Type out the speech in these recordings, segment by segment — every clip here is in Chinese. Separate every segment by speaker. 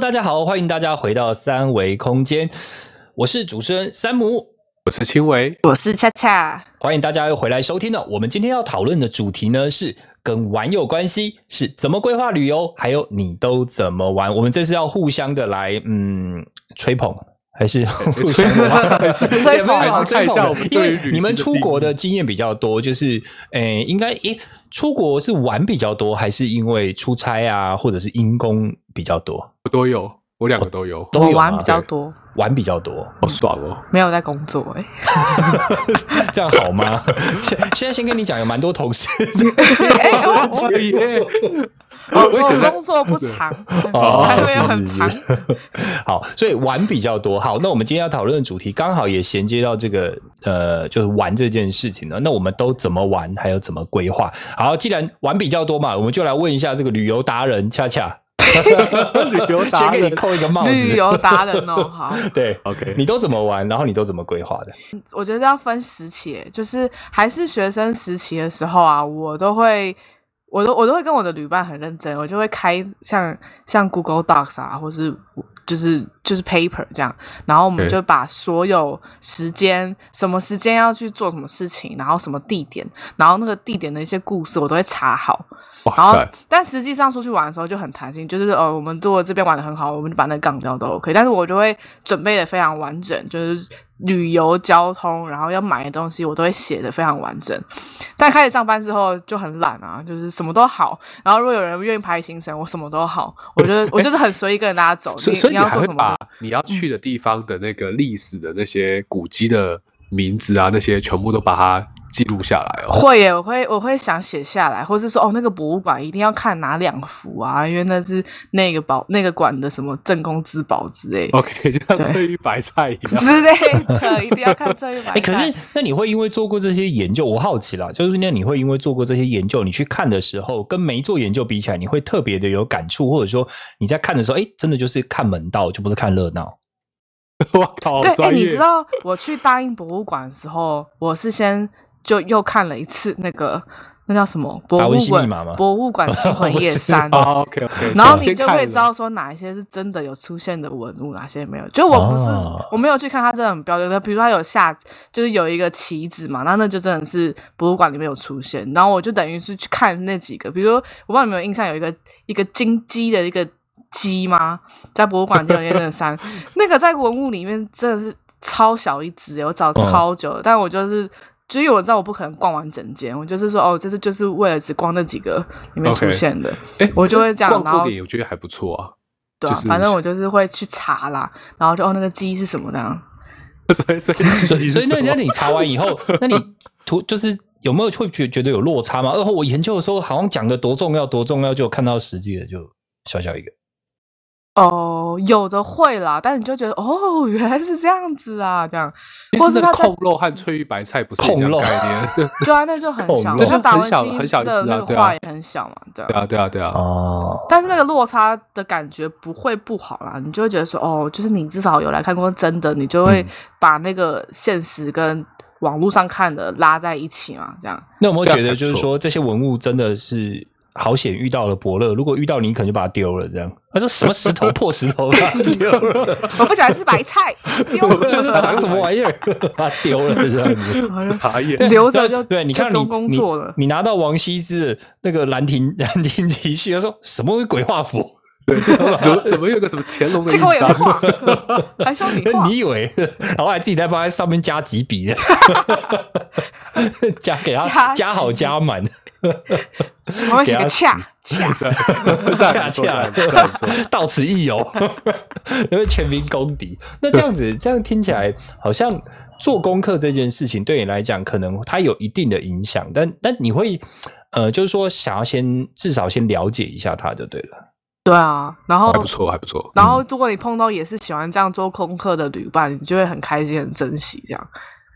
Speaker 1: 大家好，欢迎大家回到三维空间，我是主持人山姆，
Speaker 2: 我是青维，
Speaker 3: 我是恰恰，
Speaker 1: 欢迎大家又回来收听了。我们今天要讨论的主题呢是跟玩有关系，是怎么规划旅游，还有你都怎么玩。我们这是要互相的来，嗯，吹捧。还 是互
Speaker 2: 吹
Speaker 1: 相的话
Speaker 3: 吹
Speaker 1: 也没有
Speaker 3: 捧
Speaker 1: 啦
Speaker 2: 还是看一
Speaker 1: 吹捧
Speaker 2: 下
Speaker 1: 的
Speaker 2: 我们
Speaker 1: 因
Speaker 2: 对于
Speaker 1: 为
Speaker 2: 旅
Speaker 1: 你们
Speaker 2: 行的
Speaker 1: 出
Speaker 2: 定
Speaker 1: 国
Speaker 2: 义
Speaker 1: 的经验比较多，就是诶、应该诶、出国是玩比较多，还是因为出差啊，或者是因公比较多？
Speaker 2: 我都有，我两个
Speaker 1: 哦
Speaker 2: 都有，
Speaker 1: 都
Speaker 3: 我
Speaker 1: 有啊
Speaker 3: 玩
Speaker 1: 吗
Speaker 3: 比较多，
Speaker 1: 玩比较多，
Speaker 2: 好爽哦！
Speaker 3: 没有在工作 哎、欸
Speaker 1: 这样好吗？ 现现在先跟你讲，有蛮多同事哎
Speaker 3: 哎 我
Speaker 2: 所以耶
Speaker 3: 我
Speaker 2: 我以前
Speaker 3: 我
Speaker 2: 在
Speaker 3: 工作不长，
Speaker 1: 哦，
Speaker 3: 还没有很
Speaker 1: 是
Speaker 3: 长。
Speaker 1: 是是好，所以玩比较多。好，那我们今天要讨论的主题刚好也衔接到这个呃，就是玩这件事情了。那我们都怎么玩，还有怎么规划？好，既然玩比较多嘛，我们就来问一下这个旅游达人恰恰。
Speaker 2: 旅游
Speaker 1: 先
Speaker 2: 达
Speaker 1: 给
Speaker 2: 人
Speaker 1: 你扣一个帽子。
Speaker 3: 旅游达人 哦，好，
Speaker 1: 对
Speaker 2: OK
Speaker 1: 你都怎么玩？然后你都怎么规划的？
Speaker 3: 我觉得要分时期欸，就是还是学生时期的时候啊，我都会，我都我都会跟我的旅伴很认真，我就会开像像 Google Docs 啊，或是就是就是 paper 这样，然后我们
Speaker 2: 对
Speaker 3: 就把所有时间，什么时间要去做什么事情，然后什么地点，然后那个地点的一些故事，我都会查好，然
Speaker 2: 哇
Speaker 3: 后
Speaker 2: 塞，，
Speaker 3: 但实际上出去玩的时候就很弹性，就是呃，我们如果这边玩的很好，我们就把那个杠掉都 OK。但是我就会准备的非常完整，就是旅游、交通，然后要买的东西，我都会写的非常完整。但开始上班之后就很懒啊，就是什么都好。然后如果有人愿意排行程，我什么都好。我觉得我就是很随意跟着大家走，
Speaker 2: 所以
Speaker 3: 你
Speaker 2: 所以
Speaker 3: 你
Speaker 2: 你
Speaker 3: 要
Speaker 2: 还
Speaker 3: 做
Speaker 2: 会
Speaker 3: 什么
Speaker 2: 把？你要去的地方的那个历史的那些古迹的名字啊，那些全部都把它记录下来 哦。
Speaker 3: 会耶，我会我会想写下来，或是说哦，那个博物馆一定要看哪两幅啊，因为那是那个宝那个馆的什么镇宫之宝之类
Speaker 1: 哦
Speaker 3: 的。
Speaker 2: OK，就像
Speaker 3: 对
Speaker 2: 翠玉白菜一样，
Speaker 3: 之类的，一定要看这一版。
Speaker 1: 哎、可是那你会因为做过这些研究，我好奇啦，就是那你会因为做过这些研究，你去看的时候，跟没做研究比起来，你会特别的有感触，或者说你在看的时候，哎、真的就是看门道，就不是看热闹。
Speaker 2: 我靠，好，
Speaker 3: 对哎、
Speaker 2: 专
Speaker 3: 你
Speaker 2: 业
Speaker 3: 知道我去大英博物馆的时候，我是先就又看了一次那个那叫什么博
Speaker 1: 达文
Speaker 3: 物
Speaker 1: 西密
Speaker 3: 馆
Speaker 1: 码吗
Speaker 3: 博 物馆惊魂
Speaker 1: 不
Speaker 3: 夜
Speaker 1: 是
Speaker 3: 三。
Speaker 2: 哦 OK OK，
Speaker 3: 然后你就会知道说哪一些是真的有出现的文物，哪些没有。就我不是、
Speaker 1: 哦
Speaker 3: 我没有去看它真的很标准的，比如说它有下就是有一个旗子嘛，那那就真的是博物馆里面有出现。然后我就等于是去看那几个，比如说我不知道你们有没有印象有一个一个金鸡的一个鸡吗？在博物馆金有那个山，那个在文物里面真的是超小一只，欸我找超久了，但我就是。就因为我知道我不可能逛完整间，我就是说哦，这次就是为了只逛那几个里面出
Speaker 2: OK
Speaker 3: 现的。
Speaker 2: 哎，
Speaker 3: 我就会这样
Speaker 2: 逛
Speaker 3: 然后
Speaker 2: 重点我觉得还不错啊，
Speaker 3: 对、啊，
Speaker 2: 就是
Speaker 3: 反正我就是会去查啦，然后就哦那个鸡是什么这样，
Speaker 2: 所以所以
Speaker 1: 所以，
Speaker 2: 其
Speaker 1: 所
Speaker 2: 实
Speaker 1: 以那那你查完以后，那你图就是有没有会觉觉得有落差吗？然后我研究的时候，好像讲的多重要多重要，就看到实际的就小小一个。
Speaker 3: 哦有的会啦，但你就觉得哦原来是这样子啊这样，
Speaker 2: 其
Speaker 3: 或
Speaker 2: 实
Speaker 3: 是
Speaker 2: 那
Speaker 3: 他在
Speaker 2: 控肉和翠玉白菜不是一
Speaker 1: 控
Speaker 2: 样
Speaker 1: 肉
Speaker 2: 概念？ 对
Speaker 3: 对啊那就
Speaker 2: 哦
Speaker 3: 很小嘛，
Speaker 1: 恐龙
Speaker 3: 那达文
Speaker 2: 就很小很
Speaker 3: 西
Speaker 2: 小一只
Speaker 3: 的
Speaker 2: 啊
Speaker 3: 那个
Speaker 2: 对啊
Speaker 3: 画也很小嘛，对
Speaker 2: 对
Speaker 3: 啊。
Speaker 2: 啊对啊对啊，
Speaker 1: 哦，
Speaker 3: 但是那个落差的感觉不会不好啦，你就会觉得说，哦，就是你至少有来看过真的，你就会
Speaker 1: 嗯
Speaker 3: 把那个现实跟网络上看的拉在一起嘛，这样。
Speaker 1: 那有没有
Speaker 2: 对啊
Speaker 1: 觉得
Speaker 2: 没
Speaker 1: 就是
Speaker 2: 错
Speaker 1: 说这些文物真的是好险遇到了伯乐，如果遇到你，可能就把它丢了。这样他说什么石头破石头把它丢了，
Speaker 3: 我不喜欢吃白 菜，丢
Speaker 1: 这
Speaker 3: 了，
Speaker 1: 长什么玩意儿把它丢了这样子。
Speaker 2: 茶叶
Speaker 3: 留着就
Speaker 1: 哦对，你看
Speaker 3: 就
Speaker 1: 你
Speaker 3: 不用工作了。
Speaker 1: 你，你拿到王羲之的那个《兰亭 兰亭集序》，他说什么鬼画符？啊
Speaker 2: 怎么怎么有个什么乾隆的
Speaker 3: 这
Speaker 2: 印
Speaker 3: 个我也
Speaker 2: 章？
Speaker 3: 画， 还说你 画
Speaker 1: 你，以为，然后还自己在帮他上面加几 笔，加给他
Speaker 3: 加
Speaker 1: 加好
Speaker 3: 几笔
Speaker 1: 加 满，
Speaker 3: 我会写
Speaker 1: 给他
Speaker 3: 个恰恰，
Speaker 1: 恰
Speaker 2: 恰
Speaker 1: 恰
Speaker 2: 恰
Speaker 3: 哦
Speaker 1: 到此一游，因为全民公敌。那这样子，这样听起来好像做功课这件事情对你来讲，可能它有一定的影响，但但你会呃，就是说想要先至少先了解一下它就对了。
Speaker 3: 对啊，然后
Speaker 2: 还不错还嗯不错。
Speaker 3: 然后如果你碰到也是喜欢这样做功课的旅伴，你就会很开心、很珍惜这样。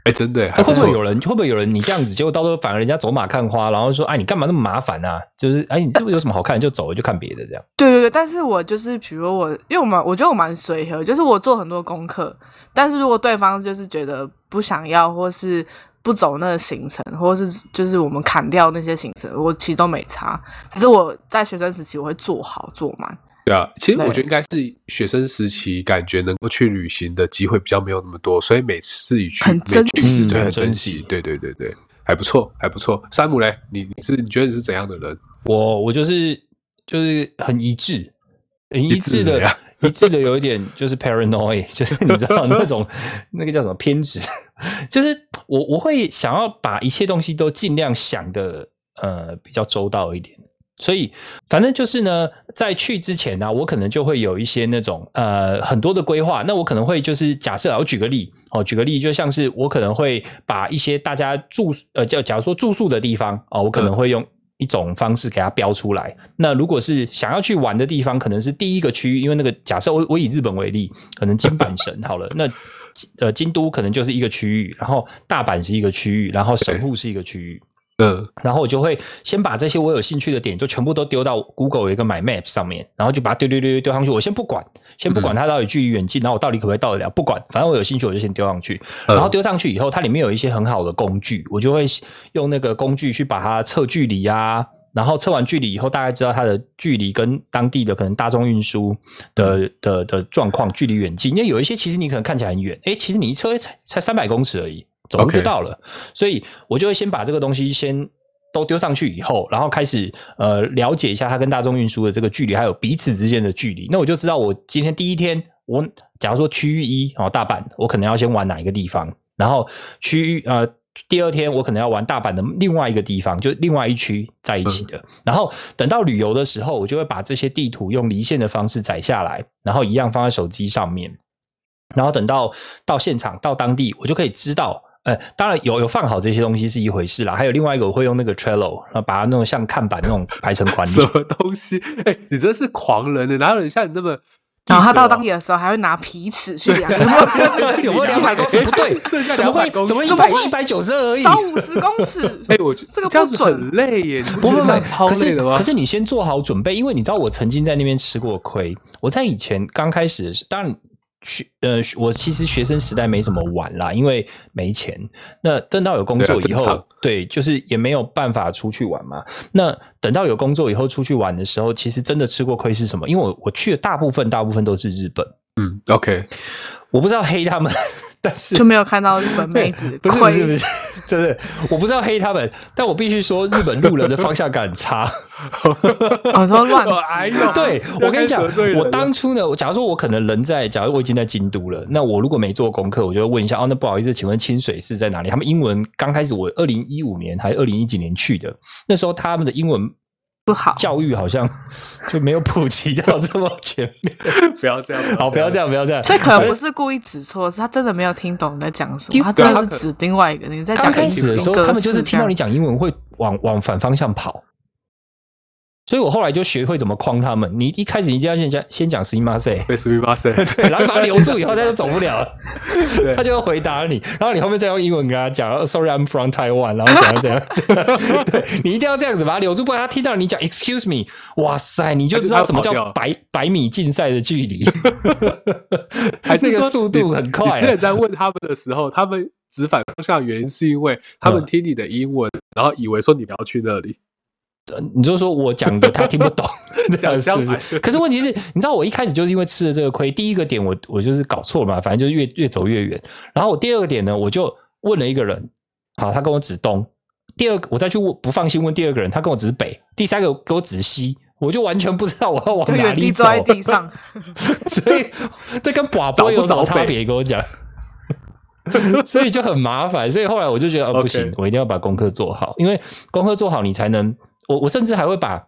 Speaker 2: 哎，真的还
Speaker 1: 那
Speaker 2: 不
Speaker 1: 会不
Speaker 2: 错
Speaker 1: 会。有人？会不会有人？你这样子，结果到时候反而人家走马看花，然后说：“哎，你干嘛那么麻烦啊？就是哎，你是不是有什么好看的就走了，就看别的这样。”
Speaker 3: 对对对，但是我就是，比如我，因为我蛮，我觉得我蛮随和，就是我做很多功课，但是如果对方就是觉得不想要，或是不走那个行程，或是就是我们砍掉那些行程，我其实都没差，只是我在学生时期我会做好做满，
Speaker 2: 对啊，其实我
Speaker 1: 对
Speaker 2: 觉得应该是学生时期感觉能够去旅行的机会比较没有那么多，所以每次一去
Speaker 3: 很
Speaker 2: 每去一
Speaker 3: 珍
Speaker 2: 次
Speaker 1: 惜
Speaker 2: 对，
Speaker 1: 嗯
Speaker 2: 很
Speaker 1: 珍
Speaker 2: 珍
Speaker 1: 惜
Speaker 2: 惜，对对对对，还不错，还不错。山姆嘞，你你是你觉得你是怎样的人？
Speaker 1: 我我就是就是很一致，很一
Speaker 2: 致
Speaker 1: 致
Speaker 2: 怎
Speaker 1: 的
Speaker 2: 样，
Speaker 1: 一致的有一点就是 paranoid，就是 你知道那种那个叫什么偏执，就是我我会想要把一切东西都尽量想的呃比较周到一点。所以，反正就是呢，在去之前呢、我可能就会有一些那种呃很多的规划。那我可能会就是假设啊，我举个例哦，举个例，就像是我可能会把一些大家住呃，就假如说住宿的地方哦，我可能会用一种方式给它标出来。那如果是想要去玩的地方，可能是第一个区域，因为那个假设我我以日本为例，可能金板神好了，那。呃，京都可能就是一个区域，然后大阪是一个区域，然后神户是一个区域。
Speaker 2: 嗯，
Speaker 1: 然后我就会先把这些我有兴趣的点就全部都丢到 Google 有一个 My Map 上面，然后就把它丢丢丢丢丢上去。我先不管，先不管它到底距离远近，然后我到底可不可以到得了，不管，反正我有兴趣我就先丢上去。
Speaker 2: 嗯
Speaker 1: 然后丢上去以后，它里面有一些很好的工具，我就会用那个工具去把它测距离啊。然后测完距离以后，大概知道它的距离跟当地的可能大众运输的的的状况距离远近，因为有一些其实你可能看起来很远，诶，其实你一测诶才才三百公尺而已，走路就
Speaker 2: OK
Speaker 1: 到了。所以我就会先把这个东西先都丢上去以后，然后开始呃了解一下它跟大众运输的这个距离，还有彼此之间的距离。那我就知道我今天第一天，我假如说区域一哦大阪，我可能要先玩哪一个地方，然后区域呃。第二天我可能要玩大阪的另外一个地方，就另外一区在一起
Speaker 2: 嗯
Speaker 1: 的。然后等到旅游的时候，我就会把这些地图用离线的方式载下来，然后一样放在手机上面。然后等到到现场到当地，我就可以知道。呃，当然有有放好这些东西是一回事啦，还有另外一个我会用那个 Trello，然后把它弄得像看板那种排成管理
Speaker 2: 什。么东西？哎、你真是狂人呢，哪有人像你那么？
Speaker 3: 然后他
Speaker 2: 哦
Speaker 3: 到当地的时候还会拿皮尺去量，
Speaker 1: 有没有两百公尺？不对，
Speaker 2: 剩下
Speaker 1: 怎么会
Speaker 2: 200公尺
Speaker 1: 怎么一
Speaker 3: 怎
Speaker 1: 百
Speaker 3: 么会
Speaker 1: 一百九十二而已？
Speaker 3: 少五十公尺。
Speaker 2: 哎、我觉
Speaker 3: 这个
Speaker 2: 这
Speaker 3: 不
Speaker 2: 样子很
Speaker 3: 准。
Speaker 2: 累耶，你
Speaker 1: 不
Speaker 2: 觉
Speaker 1: 不
Speaker 2: 得
Speaker 1: 不
Speaker 2: 这样，超
Speaker 1: 可
Speaker 2: 累
Speaker 1: 是
Speaker 2: 的吗？
Speaker 1: 可是你先做好准备，因为你知道我曾经在那边吃过亏。我在以前刚开始的时，当然学呃，学我其实学生时代没怎么玩啦，因为没钱。那等到有工作
Speaker 2: 对
Speaker 1: 以
Speaker 2: 啊正
Speaker 1: 后，
Speaker 2: 常
Speaker 1: 对，就是也没有办法出去玩嘛。那等到有工作以后出去玩的时候，其实真的吃过亏是什么？因为我我去的大部分大部分都是日本，
Speaker 2: 嗯，OK，
Speaker 1: 我不知道黑他们， 但是
Speaker 3: 就没有看到日本妹子
Speaker 1: 不是不是不
Speaker 3: 亏，
Speaker 1: 是，真的，我不知道黑他们，但我必须说，日本路人的方向感很差。
Speaker 3: 我哦说乱指
Speaker 2: 哎呦
Speaker 1: 对
Speaker 2: 要
Speaker 1: 我跟
Speaker 2: 开
Speaker 1: 你
Speaker 2: 始
Speaker 1: 讲
Speaker 2: 得罪，人
Speaker 1: 我
Speaker 2: 了
Speaker 1: 当初呢，我假如说我可能人在，假如我已经在京都了，那我如果没做功课，我就会问一下，哦，那不好意思，请问清水寺在哪里？他们英文刚开始我二零一五年还是二零一几年去的，那时候他们的英文
Speaker 3: 不好。
Speaker 1: 教育好像 就没有普及到这么全面。
Speaker 2: 不要这样，
Speaker 1: 好，不要这样，不要这样。
Speaker 3: 所以可能不是故意指错，是他真的没有听懂你在讲什
Speaker 1: 对
Speaker 3: 么，
Speaker 1: 啊
Speaker 3: 他真的是指另外一个。你在讲
Speaker 1: 刚开始的时候
Speaker 3: 英，文
Speaker 1: 他们就是
Speaker 3: 格式这
Speaker 1: 听
Speaker 3: 样
Speaker 1: 到你讲英文会往往反方向跑，所以我后来就学会怎么框他们。你一开始一定要先讲先讲 s i m a s e
Speaker 2: 被 Smith 发生，
Speaker 1: 对，然后把他留住以后，他就走不了了，
Speaker 2: 对
Speaker 1: 他就会回答你，然后你后面再用英文跟他讲哦，Sorry, I'm from Taiwan，然后怎样怎样怎样， 对你一定要这样子把他留住，不然他听到你讲 Excuse me，哇塞，你就知道什么
Speaker 2: 他就
Speaker 1: 叫
Speaker 2: 跑掉
Speaker 1: 百百米竞赛的距离，
Speaker 2: 还是
Speaker 1: 那
Speaker 2: 说
Speaker 1: 个速度
Speaker 2: 你
Speaker 1: 很快
Speaker 2: 你
Speaker 1: 啊
Speaker 2: 之前在问他们的时候，他们直反方向的原因是因为他们
Speaker 1: 嗯
Speaker 2: 听你的英文，然后以为说你不要去那里。
Speaker 1: 你就说我讲的他听不懂，这样
Speaker 2: 讲
Speaker 1: 是
Speaker 2: 相
Speaker 1: 不
Speaker 2: 反
Speaker 1: 是？可是问题是，你知道我一开始就是因为吃了这个亏，第一个点我我就是搞错了嘛，反正就是越越走越远。然后我第二个点呢，我就问了一个人，好，他跟我指东。第二个我再去问，不放心问第二个人，他跟我指北。第三个给我指西，我就完全不知道我要
Speaker 3: 就
Speaker 1: 往哪
Speaker 3: 原
Speaker 1: 里
Speaker 3: 地
Speaker 1: 走
Speaker 3: 坐，在 地上，
Speaker 1: 所以这跟寡
Speaker 2: 找
Speaker 1: 播
Speaker 2: 不
Speaker 1: 有什么
Speaker 2: 着
Speaker 1: 差
Speaker 2: 北
Speaker 1: 别？跟我 讲。所以就很麻烦，所以后来我就觉得，哦，
Speaker 2: OK
Speaker 1: 不行我一定要把功课做好，因为功课做好，你才能，我我甚至还会把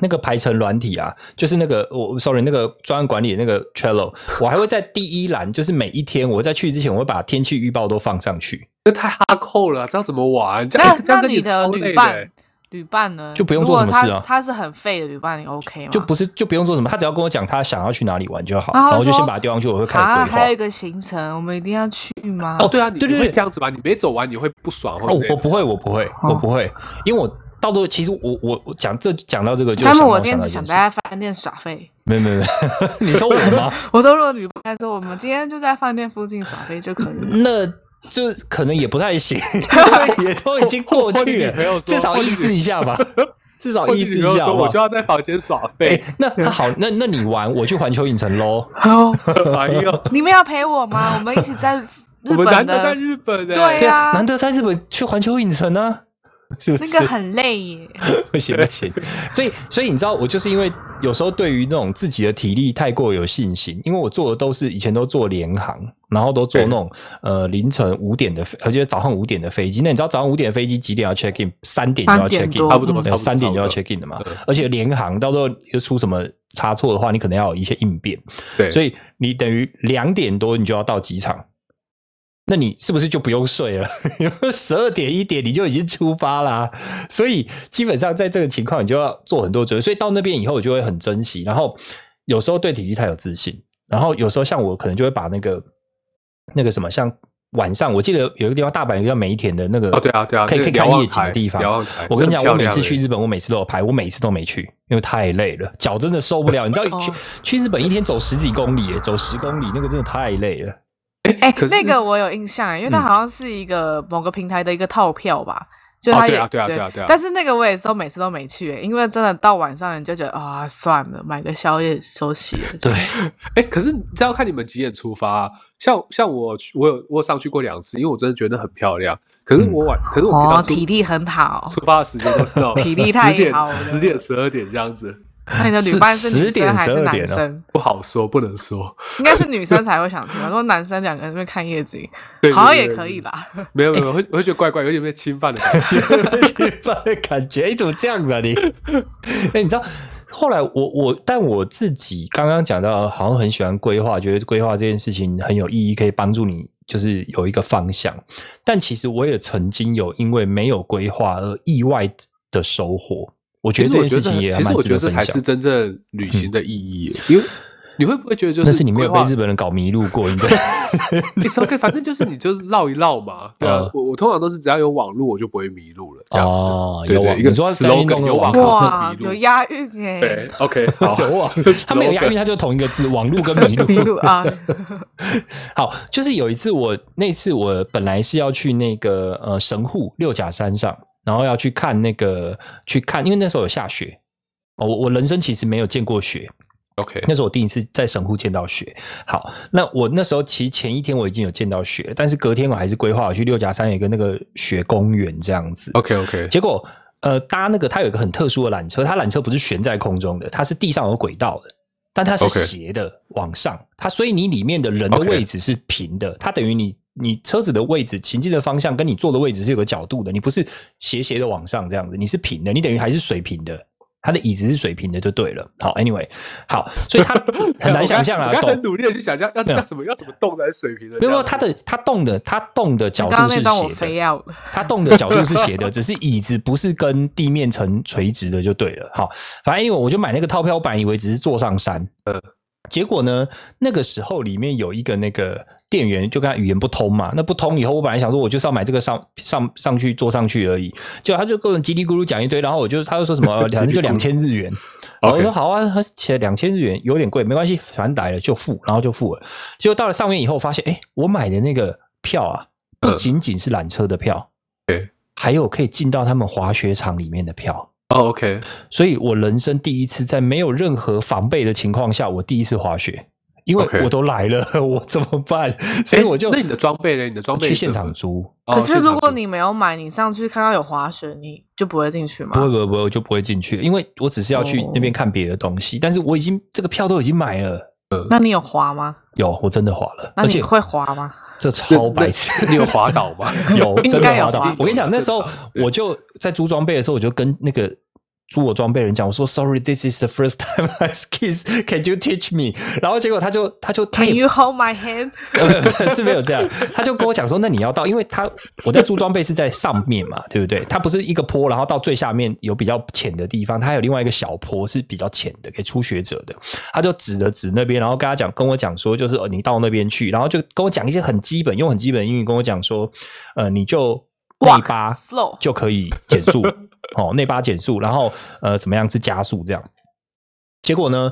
Speaker 1: 那个排程软体啊，就是那个我我 sorry 那个专案管理的那个 Trello，我还会在第一栏，就是每一天我在去之前，我会把天气预报都放上去，
Speaker 2: 这太哈扣了，啊这样怎么玩？这
Speaker 3: 那
Speaker 2: 样这
Speaker 3: 那
Speaker 2: 样跟
Speaker 3: 你的
Speaker 2: 超累
Speaker 3: 旅
Speaker 2: 的
Speaker 3: 伴
Speaker 2: 欸。
Speaker 3: 旅伴呢？
Speaker 1: 就不用做什么事啊
Speaker 3: 如果他他是很废的旅伴，你 OK 吗？
Speaker 1: 就不是就不用做什么，他只要跟我讲他想要去哪里玩就好，
Speaker 3: 然后
Speaker 1: 然后
Speaker 3: 他
Speaker 1: 我就
Speaker 3: 哦说
Speaker 1: 先把它丢上去，我会开始
Speaker 3: 啊，还有一
Speaker 1: 规划。
Speaker 3: 个行程，我们一定要去吗？
Speaker 2: 哦，对啊，你
Speaker 1: 对
Speaker 2: 你
Speaker 1: 对
Speaker 2: 会
Speaker 1: 对
Speaker 2: 这样子吧？你没走完你会不爽，或
Speaker 1: 哦
Speaker 2: 者之，类
Speaker 1: 我
Speaker 2: 的
Speaker 1: 不会，我不会，
Speaker 3: 哦
Speaker 1: 我不会，因为我到最后其实我我我讲这讲到这个就
Speaker 3: 山
Speaker 1: 想
Speaker 3: 姆，
Speaker 1: 到
Speaker 3: 我今天只
Speaker 1: 想
Speaker 3: 想
Speaker 1: 到一件事
Speaker 3: 待在饭店耍废。
Speaker 1: 没有没有， 没有你说我吗？
Speaker 3: 我说，如果旅伴说我们今天就在饭店附近耍飞就可 以了。
Speaker 1: 那就 可能也不太行，因为也都已经过去
Speaker 2: 或或你女朋友
Speaker 1: 了，
Speaker 2: 说
Speaker 1: 哦至少意思一下吧。 至少
Speaker 2: 或
Speaker 1: 抑
Speaker 2: 者你
Speaker 1: 制一
Speaker 2: 跟我
Speaker 1: 下好
Speaker 2: 说
Speaker 1: 不好
Speaker 2: 我就要在房间耍
Speaker 1: 哎、
Speaker 2: 废，
Speaker 1: 那那好，那那你玩，我去环球影城喽。
Speaker 2: 哎 呦，
Speaker 3: 你们要陪我吗？我们一起在日
Speaker 2: 我们难
Speaker 3: 本
Speaker 2: 得在
Speaker 3: 的，
Speaker 2: 日本欸呢、
Speaker 3: 对
Speaker 1: 对啊，
Speaker 3: 啊
Speaker 1: 难得在日本去环球影城啊，是不
Speaker 3: 那
Speaker 1: 是？
Speaker 3: 个很累耶。
Speaker 1: 不行不行，所以所以你知道，我就是因为有时候对于那种自己的体力太过有信心，因为我做的都是以前都做联航，然后都坐那种呃凌晨五点的飞，而且早上五点的飞机。那你知道早上五点的飞机几点要 check in？三点就要
Speaker 3: 三点
Speaker 1: check
Speaker 3: 多
Speaker 1: in，
Speaker 2: 差不多
Speaker 1: 对
Speaker 2: 差不多
Speaker 1: 三点就要
Speaker 2: 差不
Speaker 1: check in 的嘛
Speaker 2: 对。
Speaker 1: 而且联航到时候又出什么差错的话，你可能要有一些应变。
Speaker 2: 对，
Speaker 1: 所
Speaker 2: 以
Speaker 1: 以你等于两点多你就要到机场，那你是不是就不用睡了？ 十二点一点你就已经出发啦、所以基本上在这个情况，你就要做很多准备。所以到那边以后，我就会很珍惜。然后有时候对体力太有自信，然后有时候像我可能就会把那个那个什么，像晚上我记得有一个地方，大阪有一个叫梅田的那个
Speaker 2: 哦对啊对啊
Speaker 1: 可以
Speaker 2: 那
Speaker 1: 可
Speaker 2: 个
Speaker 1: 以看
Speaker 2: 瞭望
Speaker 1: 夜景的
Speaker 2: 台
Speaker 1: 地方
Speaker 2: 瞭望台。
Speaker 1: 我跟你讲，
Speaker 2: 很漂
Speaker 1: 我每
Speaker 2: 亮
Speaker 1: 次去
Speaker 2: 欸
Speaker 1: 日本，我每次都有拍，我每次都没去，因为太累 了，脚真的受不了。你知道去、
Speaker 3: 哦
Speaker 1: 去日本一天走十几公里耶，走十公里那个真的太累了。
Speaker 3: 哎、
Speaker 2: 欸可是嗯
Speaker 3: 那个我有印象，欸因为它好像是一个某个平台的一个套票吧，就
Speaker 2: 哦
Speaker 3: 它
Speaker 2: 对
Speaker 3: 也、
Speaker 2: 啊对啊对啊对啊
Speaker 3: 但是那个我也是都每次都没去、欸因为真的到晚上你就觉得啊、算了，买个宵夜休息了。
Speaker 1: 对，
Speaker 2: 哎、可是这要看你们几点出发、啊。像像我去，我有我有上去过两次，因为我真的觉得很漂亮。可
Speaker 1: 嗯
Speaker 2: 是我晚，可是我平
Speaker 3: 哦
Speaker 2: 常，出、
Speaker 3: 体力很好，，
Speaker 2: 出发的时间都是哦
Speaker 3: 体力太
Speaker 2: 十点
Speaker 3: 好了
Speaker 2: 十点十二点这样子，
Speaker 3: 那你的
Speaker 1: 是
Speaker 3: 女伴是女
Speaker 1: 10点
Speaker 3: 生还是
Speaker 1: 12
Speaker 3: 男
Speaker 1: 点哦
Speaker 3: 生？
Speaker 2: 不好说，不能说。
Speaker 3: 应该是女生才会想 听吧，如果男生两个人在那边看夜景，
Speaker 2: 对，
Speaker 3: 好像
Speaker 2: 对
Speaker 3: 也可以。啦。
Speaker 2: 对对没有没有，会我会觉得怪怪，有点被侵犯的感觉。
Speaker 1: 的感觉，哎，怎么这样子啊你？哎、你知道后来我我，但我自己刚刚讲到，好像很喜欢规划，觉得规划这件事情很有意义，可以帮助你就是有一个方向。但其实我也曾经有因为没有规划而意外的收获。我觉
Speaker 2: 其
Speaker 1: 得
Speaker 2: 实
Speaker 1: 这
Speaker 2: 我
Speaker 1: 件事情
Speaker 2: 觉得很，
Speaker 1: 也还
Speaker 2: 其实
Speaker 1: 蛮
Speaker 2: 我
Speaker 1: 值
Speaker 2: 觉得
Speaker 1: 得
Speaker 2: 这
Speaker 1: 分
Speaker 2: 才
Speaker 1: 享。嗯
Speaker 2: 是真正旅行的意义，因为你会不会觉得就是
Speaker 1: 那是你没有
Speaker 2: 规
Speaker 1: 被
Speaker 2: 划
Speaker 1: 日本人搞迷路过，你知道吗？
Speaker 2: It's OK，反正就是你就是绕一绕嘛， 对啊
Speaker 1: 嗯，
Speaker 2: 我我通常都是只要有网路我就不会迷路了，这样子。
Speaker 1: 哦
Speaker 2: 对
Speaker 1: 有
Speaker 2: 对
Speaker 1: 网
Speaker 2: 一个
Speaker 1: 你说在运
Speaker 2: slogan
Speaker 1: 动的
Speaker 2: 有
Speaker 1: 网
Speaker 2: 网
Speaker 1: 路
Speaker 2: 路
Speaker 3: 哇
Speaker 2: 不，迷
Speaker 3: 有
Speaker 2: 路。
Speaker 3: 押韵哎、
Speaker 2: 对，OK，好， 啊
Speaker 1: 有网
Speaker 2: slogan，
Speaker 1: 他没有押韵，他就同一个字，网路跟 迷路。
Speaker 3: 迷路啊，
Speaker 2: 哦
Speaker 1: 好，就是有一次我那次我本来是要去那个呃神户六甲山上，然后要去看那个去看，因为那时候有下雪。哦，我我人生其实没有见过雪，
Speaker 2: OK，
Speaker 1: 那是我第一次在神户见到雪。好，那我那时候其实前一天我已经有见到雪了，但是隔天我还是规划我去六甲山有一个那个雪公园这样子。
Speaker 2: OK OK，
Speaker 1: 结果呃，搭那个它有一个很特殊的缆车，它缆车不是悬在空中的，它是地上有轨道的，但它是
Speaker 2: OK
Speaker 1: 斜的往上，它所以你里面的人的
Speaker 2: OK
Speaker 1: 位置是平的它等于你你车子的位置、行进的方向跟你坐的位置是有个角度的，你不是斜斜的往上这样子，你是平的，你等于还是水平的。它的椅子是水平的，就对了。好，anyway，好，所以它很难想象
Speaker 2: 我
Speaker 1: 啊，
Speaker 2: 刚我刚
Speaker 1: 懂
Speaker 2: 很努力的去想象要
Speaker 1: 没有
Speaker 2: 要怎么要怎么动才是水平
Speaker 1: 没
Speaker 2: 的这样子，
Speaker 1: 有没有，它的它动的它动的角
Speaker 3: 刚
Speaker 1: 度
Speaker 3: 刚
Speaker 1: 是
Speaker 3: 那
Speaker 1: 斜
Speaker 3: 段我
Speaker 1: 的
Speaker 3: 非。要了，
Speaker 1: 它动的角度是斜的， 只是椅子不是跟地面呈垂直的就对了。好，反正因为我就买那个套票，我本来以为只是坐上山，
Speaker 2: 呃
Speaker 1: 结果呢，那个时候里面有一个那个店员就跟他语言不通嘛，那不通以后，我本来想说我就是要买这个上上上去坐上去而已，结果他就跟我叽里咕噜讲一堆，然后我就他就说什么，呃反正就
Speaker 2: 叽里咕
Speaker 1: 两
Speaker 2: 噜
Speaker 1: 千日元，然后
Speaker 2: OK
Speaker 1: 我说好啊，他起来两千日元有点贵，没关系，反正来了就付，然后就付了。结果到了上面以后，发现哎，我买的那个票啊，不
Speaker 2: 嗯
Speaker 1: 仅仅是缆车的票，
Speaker 2: 对
Speaker 1: 还有可以进到他们滑雪场里面的票。
Speaker 2: 哦 OK，
Speaker 1: 所以我人生第一次在没有任何防备的情况下，我第一次滑雪，因为
Speaker 2: OK
Speaker 1: 我都来了，我怎么办？所以
Speaker 2: 诶
Speaker 1: 我就
Speaker 2: 那你的装备呢？你的装备
Speaker 1: 去
Speaker 2: 是
Speaker 1: 现
Speaker 2: 什么
Speaker 1: 场租，
Speaker 2: 哦
Speaker 3: 可是
Speaker 2: 现场
Speaker 3: 如果
Speaker 2: 住
Speaker 3: 你没有买，你上去看到有滑雪，你就不会进去
Speaker 2: 啊
Speaker 1: 不会
Speaker 3: 吗？
Speaker 1: 不会不会，我就不会进去，因为我只是要
Speaker 2: 哦
Speaker 1: 去那边看别的东西。但是我已经这个票都已经买了，
Speaker 3: 那你有滑吗？
Speaker 1: 有我真的滑了，
Speaker 3: 那
Speaker 1: 而
Speaker 3: 你
Speaker 1: 且
Speaker 3: 会滑吗？
Speaker 1: 这
Speaker 2: 那
Speaker 1: 超白痴。
Speaker 2: 那 你有滑 倒吗？
Speaker 1: 有
Speaker 3: 应
Speaker 1: 真
Speaker 3: 该
Speaker 1: 的
Speaker 3: 有
Speaker 1: 滑倒
Speaker 3: 吧。
Speaker 1: 我跟你讲，那时候
Speaker 2: 正常对
Speaker 1: 我就在租装备的时候，我就跟那个租我装备的人讲，我说 “Sorry, this is the first time I skis. Can you teach me？” 然后结果他就他就他
Speaker 2: 哎
Speaker 3: Can
Speaker 1: 也
Speaker 3: you hold my hand？
Speaker 1: 呃 是没有这样，他就跟我讲说，那你要到，因为他我在租装备是在上面嘛，对不对？它不是一个坡，然后到最下面有比较浅的地方，它还有另外一个小坡是比较浅的，给初学者的。他就指了指那边，然后跟他讲，跟我讲说，就是、呃、你到那边去，然后就跟我讲一些很基本，用很基本的英语跟我讲说，呃，你就内
Speaker 3: Walk
Speaker 1: 八
Speaker 3: slow
Speaker 1: 就可以减速， 哦，内八减速，然后呃怎么样是加速这样。结果呢，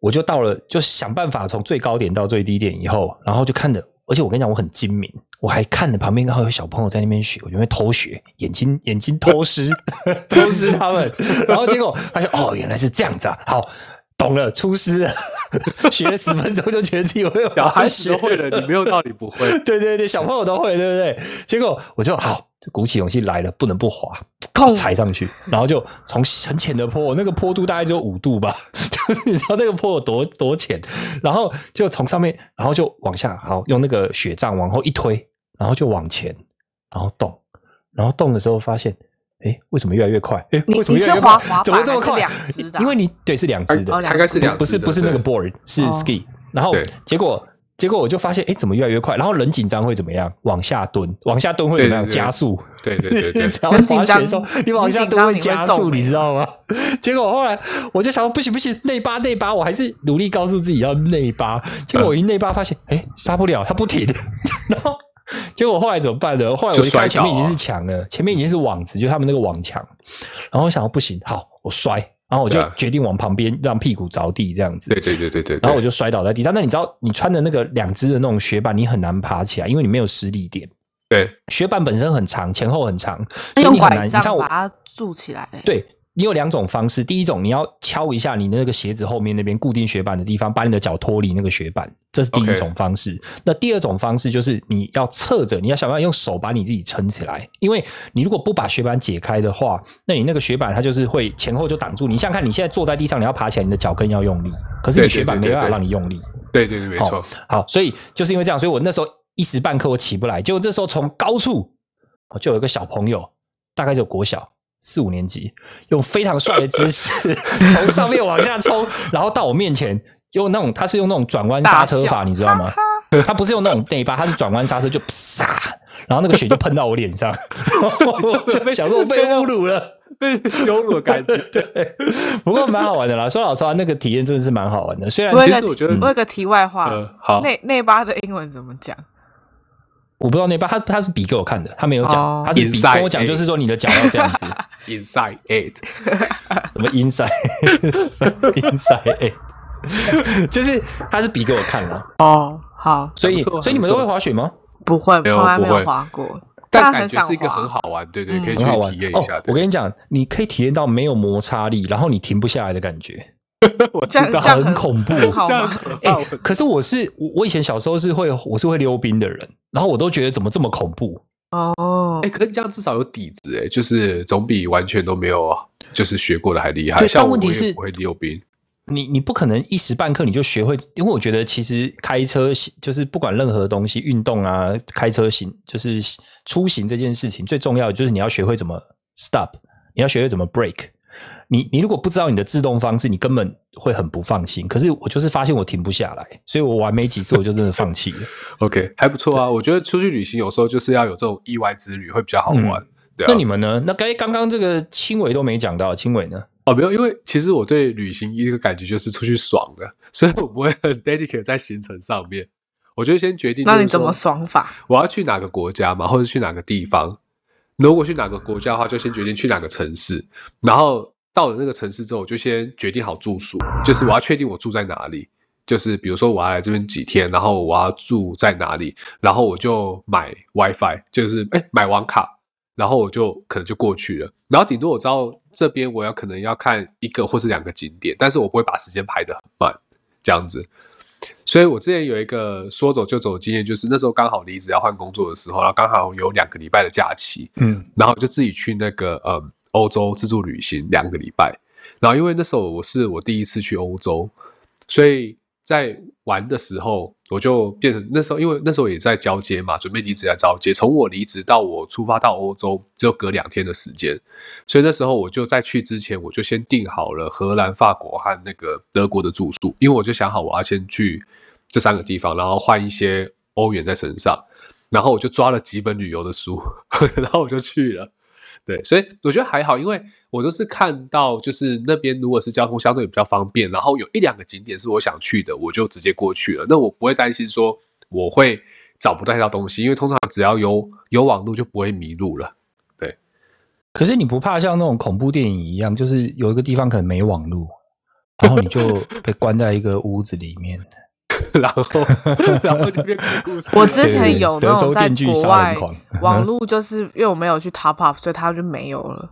Speaker 1: 我就到了，就想办法从最高点到最低点以后，然后就看着而且我跟你讲，我很精明，我还看着旁边刚好有小朋友在那边学，我就会偷学，眼睛眼睛偷师， 偷师他们。然后结果发现哦，原来是这样子啊，好。懂了，出师了， 学了十分钟就觉得自己会有
Speaker 2: 小孩
Speaker 1: 学
Speaker 2: 子都会了，你没有道理不会。
Speaker 1: 对对对，小朋友都会，对不对？结果我就好，就鼓起勇气来了，不能不滑，
Speaker 3: 碰
Speaker 1: 踩上去，然后就从很浅的坡，那个坡度大概只有五度吧， 就是你知道那个坡有多多浅，然后就从上面，然后就往下，好用那个雪杖往后一推，然后就往前，然后动，然后动的时候发现。哎，为什么越来越快？哎，
Speaker 3: 你
Speaker 1: 为什么
Speaker 3: 你
Speaker 1: 越
Speaker 3: 是
Speaker 1: 来越快
Speaker 3: 滑滑
Speaker 1: 怎么这么
Speaker 3: 板还
Speaker 1: 快？
Speaker 3: 是两只的啊
Speaker 1: 因为你对是两只的，
Speaker 3: 哦
Speaker 2: 大概是两
Speaker 1: 不是
Speaker 2: 只的
Speaker 1: 不是那个
Speaker 2: 对
Speaker 1: board，是
Speaker 3: 哦
Speaker 1: ski。然后
Speaker 2: 对
Speaker 1: 结果结果我就发现，哎，怎么越来越快？然后人紧张会怎么样？往下蹲，往下蹲会怎么样？
Speaker 2: 对对对
Speaker 1: 加速。
Speaker 2: 对 对对对
Speaker 1: 你，只要
Speaker 3: 人紧
Speaker 1: 滑雪的时
Speaker 3: 张
Speaker 1: 候，你往下
Speaker 3: 人紧
Speaker 1: 蹲
Speaker 3: 张
Speaker 1: 会
Speaker 3: 你啊会
Speaker 1: 加
Speaker 3: 皱
Speaker 1: 速，你
Speaker 3: 眉
Speaker 1: 知道吗？ 结果后来我就想说，不行不行，内八内八，我还是努力告诉自己要内八。结果我
Speaker 2: 嗯
Speaker 1: 一内八发现，哎，刹不了，它不停。 然后结果后来怎么办呢？后来我
Speaker 2: 就
Speaker 1: 一看
Speaker 2: 摔
Speaker 1: 前面已
Speaker 2: 倒
Speaker 1: 经
Speaker 2: 啊
Speaker 1: 是墙了，前面已经是网子，就是他们那个网墙。然后我想说不行，好，我摔。然后我就
Speaker 2: 对啊
Speaker 1: 决定往旁边让屁股着地这样子。
Speaker 2: 对对对对对。
Speaker 1: 然后我
Speaker 2: 就
Speaker 1: 就摔倒在地。但那你知道，你穿的那个两只的那种雪板，你很难爬起来，因为你没有施力点。
Speaker 2: 对
Speaker 1: 雪板本身很长，前后很长，所以
Speaker 3: 用
Speaker 1: 你很
Speaker 3: 拐
Speaker 1: 难。你
Speaker 3: 杖
Speaker 1: 看我
Speaker 3: 把，它住起来、欸。
Speaker 1: 对你有两种方式。第一种，你要敲一下你的那个鞋子后面那边固定雪板的地方，把你的脚脱离那个雪板，这是第一
Speaker 2: OK
Speaker 1: 种方式。那第二种方式就是你要侧着，你要想办法用手把你自己撑起来，因为你如果不把雪板解开的话，那你那个雪板它就是会前后就挡住你。你想想看，你现在坐在地上，你要爬起来，你的脚更要用力，可是你
Speaker 2: 对对
Speaker 1: 雪板没
Speaker 2: 对对
Speaker 1: 办法
Speaker 2: 对
Speaker 1: 让你用力。
Speaker 2: 对对对，没错
Speaker 1: 哦。好，所以就是因为这样，所以我那时候一时半刻我起不来。结果这时候从高处，我就有一个小朋友，大概就国小四五年级，用非常帅的姿势 从上面往下冲，然后到我面前，用那种他是用那种转弯刹车
Speaker 3: 大
Speaker 1: 法，
Speaker 3: 笑
Speaker 1: 你知道吗？他不是用那种内八，他是转弯刹车就啪，然后那个血就喷到我脸上， 我 就被想说我被侮辱了。
Speaker 2: 被羞辱的 感觉。
Speaker 1: 对，不过蛮好玩的啦。说老实话，那个体验真的是蛮好玩的。虽然
Speaker 3: 我有
Speaker 2: 其
Speaker 3: 一
Speaker 2: 实
Speaker 3: 个
Speaker 2: 我觉得
Speaker 3: 我有一个题外话，
Speaker 1: 嗯
Speaker 2: 呃，好，
Speaker 3: 内内八的英文怎么讲？
Speaker 1: 我不知道那把他他是比给我看的，他没有讲，
Speaker 3: 哦
Speaker 1: 他是比
Speaker 2: Inside 哎
Speaker 1: 跟我讲，
Speaker 2: eight
Speaker 1: 就是说你的脚要这样 子，
Speaker 2: Inside Eight，
Speaker 1: 什么 inside inside，eight 就是他是比给我看了，
Speaker 3: 哦，好，
Speaker 1: 所以
Speaker 2: 还不错
Speaker 1: 所以你们
Speaker 2: 还不错
Speaker 1: 都会滑雪吗？
Speaker 3: 不会，
Speaker 2: 没有
Speaker 3: 从来没
Speaker 2: 不
Speaker 3: 有
Speaker 2: 会
Speaker 3: 滑过，
Speaker 2: 但
Speaker 3: 但
Speaker 2: 感
Speaker 3: 很
Speaker 2: 觉
Speaker 3: 想
Speaker 2: 是一个很
Speaker 3: 滑。
Speaker 2: 好玩，对对，
Speaker 3: 嗯
Speaker 2: 可以去
Speaker 1: 很好玩
Speaker 2: 体验一
Speaker 1: 哦
Speaker 2: 下。！
Speaker 1: 我
Speaker 2: 对
Speaker 1: 跟你讲，你可以体验到没有摩擦力，然后你停不下来的感觉，
Speaker 2: 我
Speaker 3: 这样
Speaker 2: 知道
Speaker 3: 这样
Speaker 1: 很恐怖
Speaker 3: 好
Speaker 2: 这样
Speaker 3: 吗？
Speaker 2: 可
Speaker 1: 哎、
Speaker 2: 怕。我知道
Speaker 1: 可是我是我我以前小时候是会我是会溜冰的人，然后我都觉得怎么这么恐怖，
Speaker 3: 哦
Speaker 2: 哎、，可是这样至少有底子哎、就是总比完全都没有就是学过的还厉害。
Speaker 1: 对
Speaker 2: 像
Speaker 1: 但
Speaker 2: 我
Speaker 1: 问题
Speaker 2: 也
Speaker 1: 是
Speaker 2: 不会溜冰，
Speaker 1: 你你不可能一时半刻你就学会，因为我觉得其实开车就是不管任何东西，运动啊，开车行就是出行这件事情最重要的就是你要学会怎么 stop，你要学会怎么 break。你你如果不知道你的制动方式，你根本会很不放心。可是我就是发现我停不下来，所以我玩没几次我就真的放弃了。
Speaker 2: OK 还不错啊。我觉得出去旅行有时候就是要有这种意外之旅会比较好玩。 对啊，
Speaker 1: 嗯那你们呢？那该刚刚这个青伟都没讲到，青伟呢？
Speaker 2: 哦没有，因为其实我对旅行一个感觉就是出去爽的，所以我不会很 dedicate 在行程上面。我就先决定，
Speaker 3: 那你怎么？爽法？
Speaker 2: 我要去哪个国家嘛，或者去哪个地方？如果去哪个国家的话，就先决定去哪个城市，然后到了那个城市之后，我就先决定好住宿，就是我要确定我住在哪里。就是比如说我要来这边几天，然后我要住在哪里，然后我就买 WiFi，就是哎买网卡，然后我就可能就过去了。然后顶多我知道这边我要可能要看一个或是两个景点，但是我不会把时间排得很慢，这样子。所以我之前有一个说走就走的经验，就是那时候刚好离职要换工作的时候，然后刚好有两个礼拜的假期，
Speaker 1: 嗯，
Speaker 2: 然后就自己去那个嗯欧洲自助旅行两个礼拜。然后因为那时候我是我第一次去欧洲，所以在玩的时候我就变成那时候，因为那时候也在交接嘛，准备离职在交接。从我离职到我出发到欧洲，只有隔两天的时间，所以那时候我就在去之前，我就先订好了荷兰、法国和那个德国的住宿，因为我就想好我要先去这三个地方，然后换一些欧元在身上。然后我就抓了几本旅游的书， 然后我就去了。对，所以我觉得还好，因为我都是看到就是那边如果是交通相对比较方便，然后有一两个景点是我想去的，我就直接过去了。那我不会担心说我会找不到东西，因为通常只要有有网路就不会迷路了。
Speaker 1: 可是你不怕像那种恐怖电影一样，就是有一个地方可能没网络，然后你就被关在一个屋子里面，
Speaker 2: 然后 然后就变鬼故事。
Speaker 3: 我 之前有
Speaker 1: 对对对
Speaker 3: 那
Speaker 1: 德
Speaker 3: 种
Speaker 1: 州
Speaker 3: 在
Speaker 1: 电锯
Speaker 3: 国
Speaker 1: 杀人
Speaker 3: 外
Speaker 1: 狂
Speaker 2: 嗯
Speaker 3: 网络，就是因为我没有去 Top Up，所以它就没有了。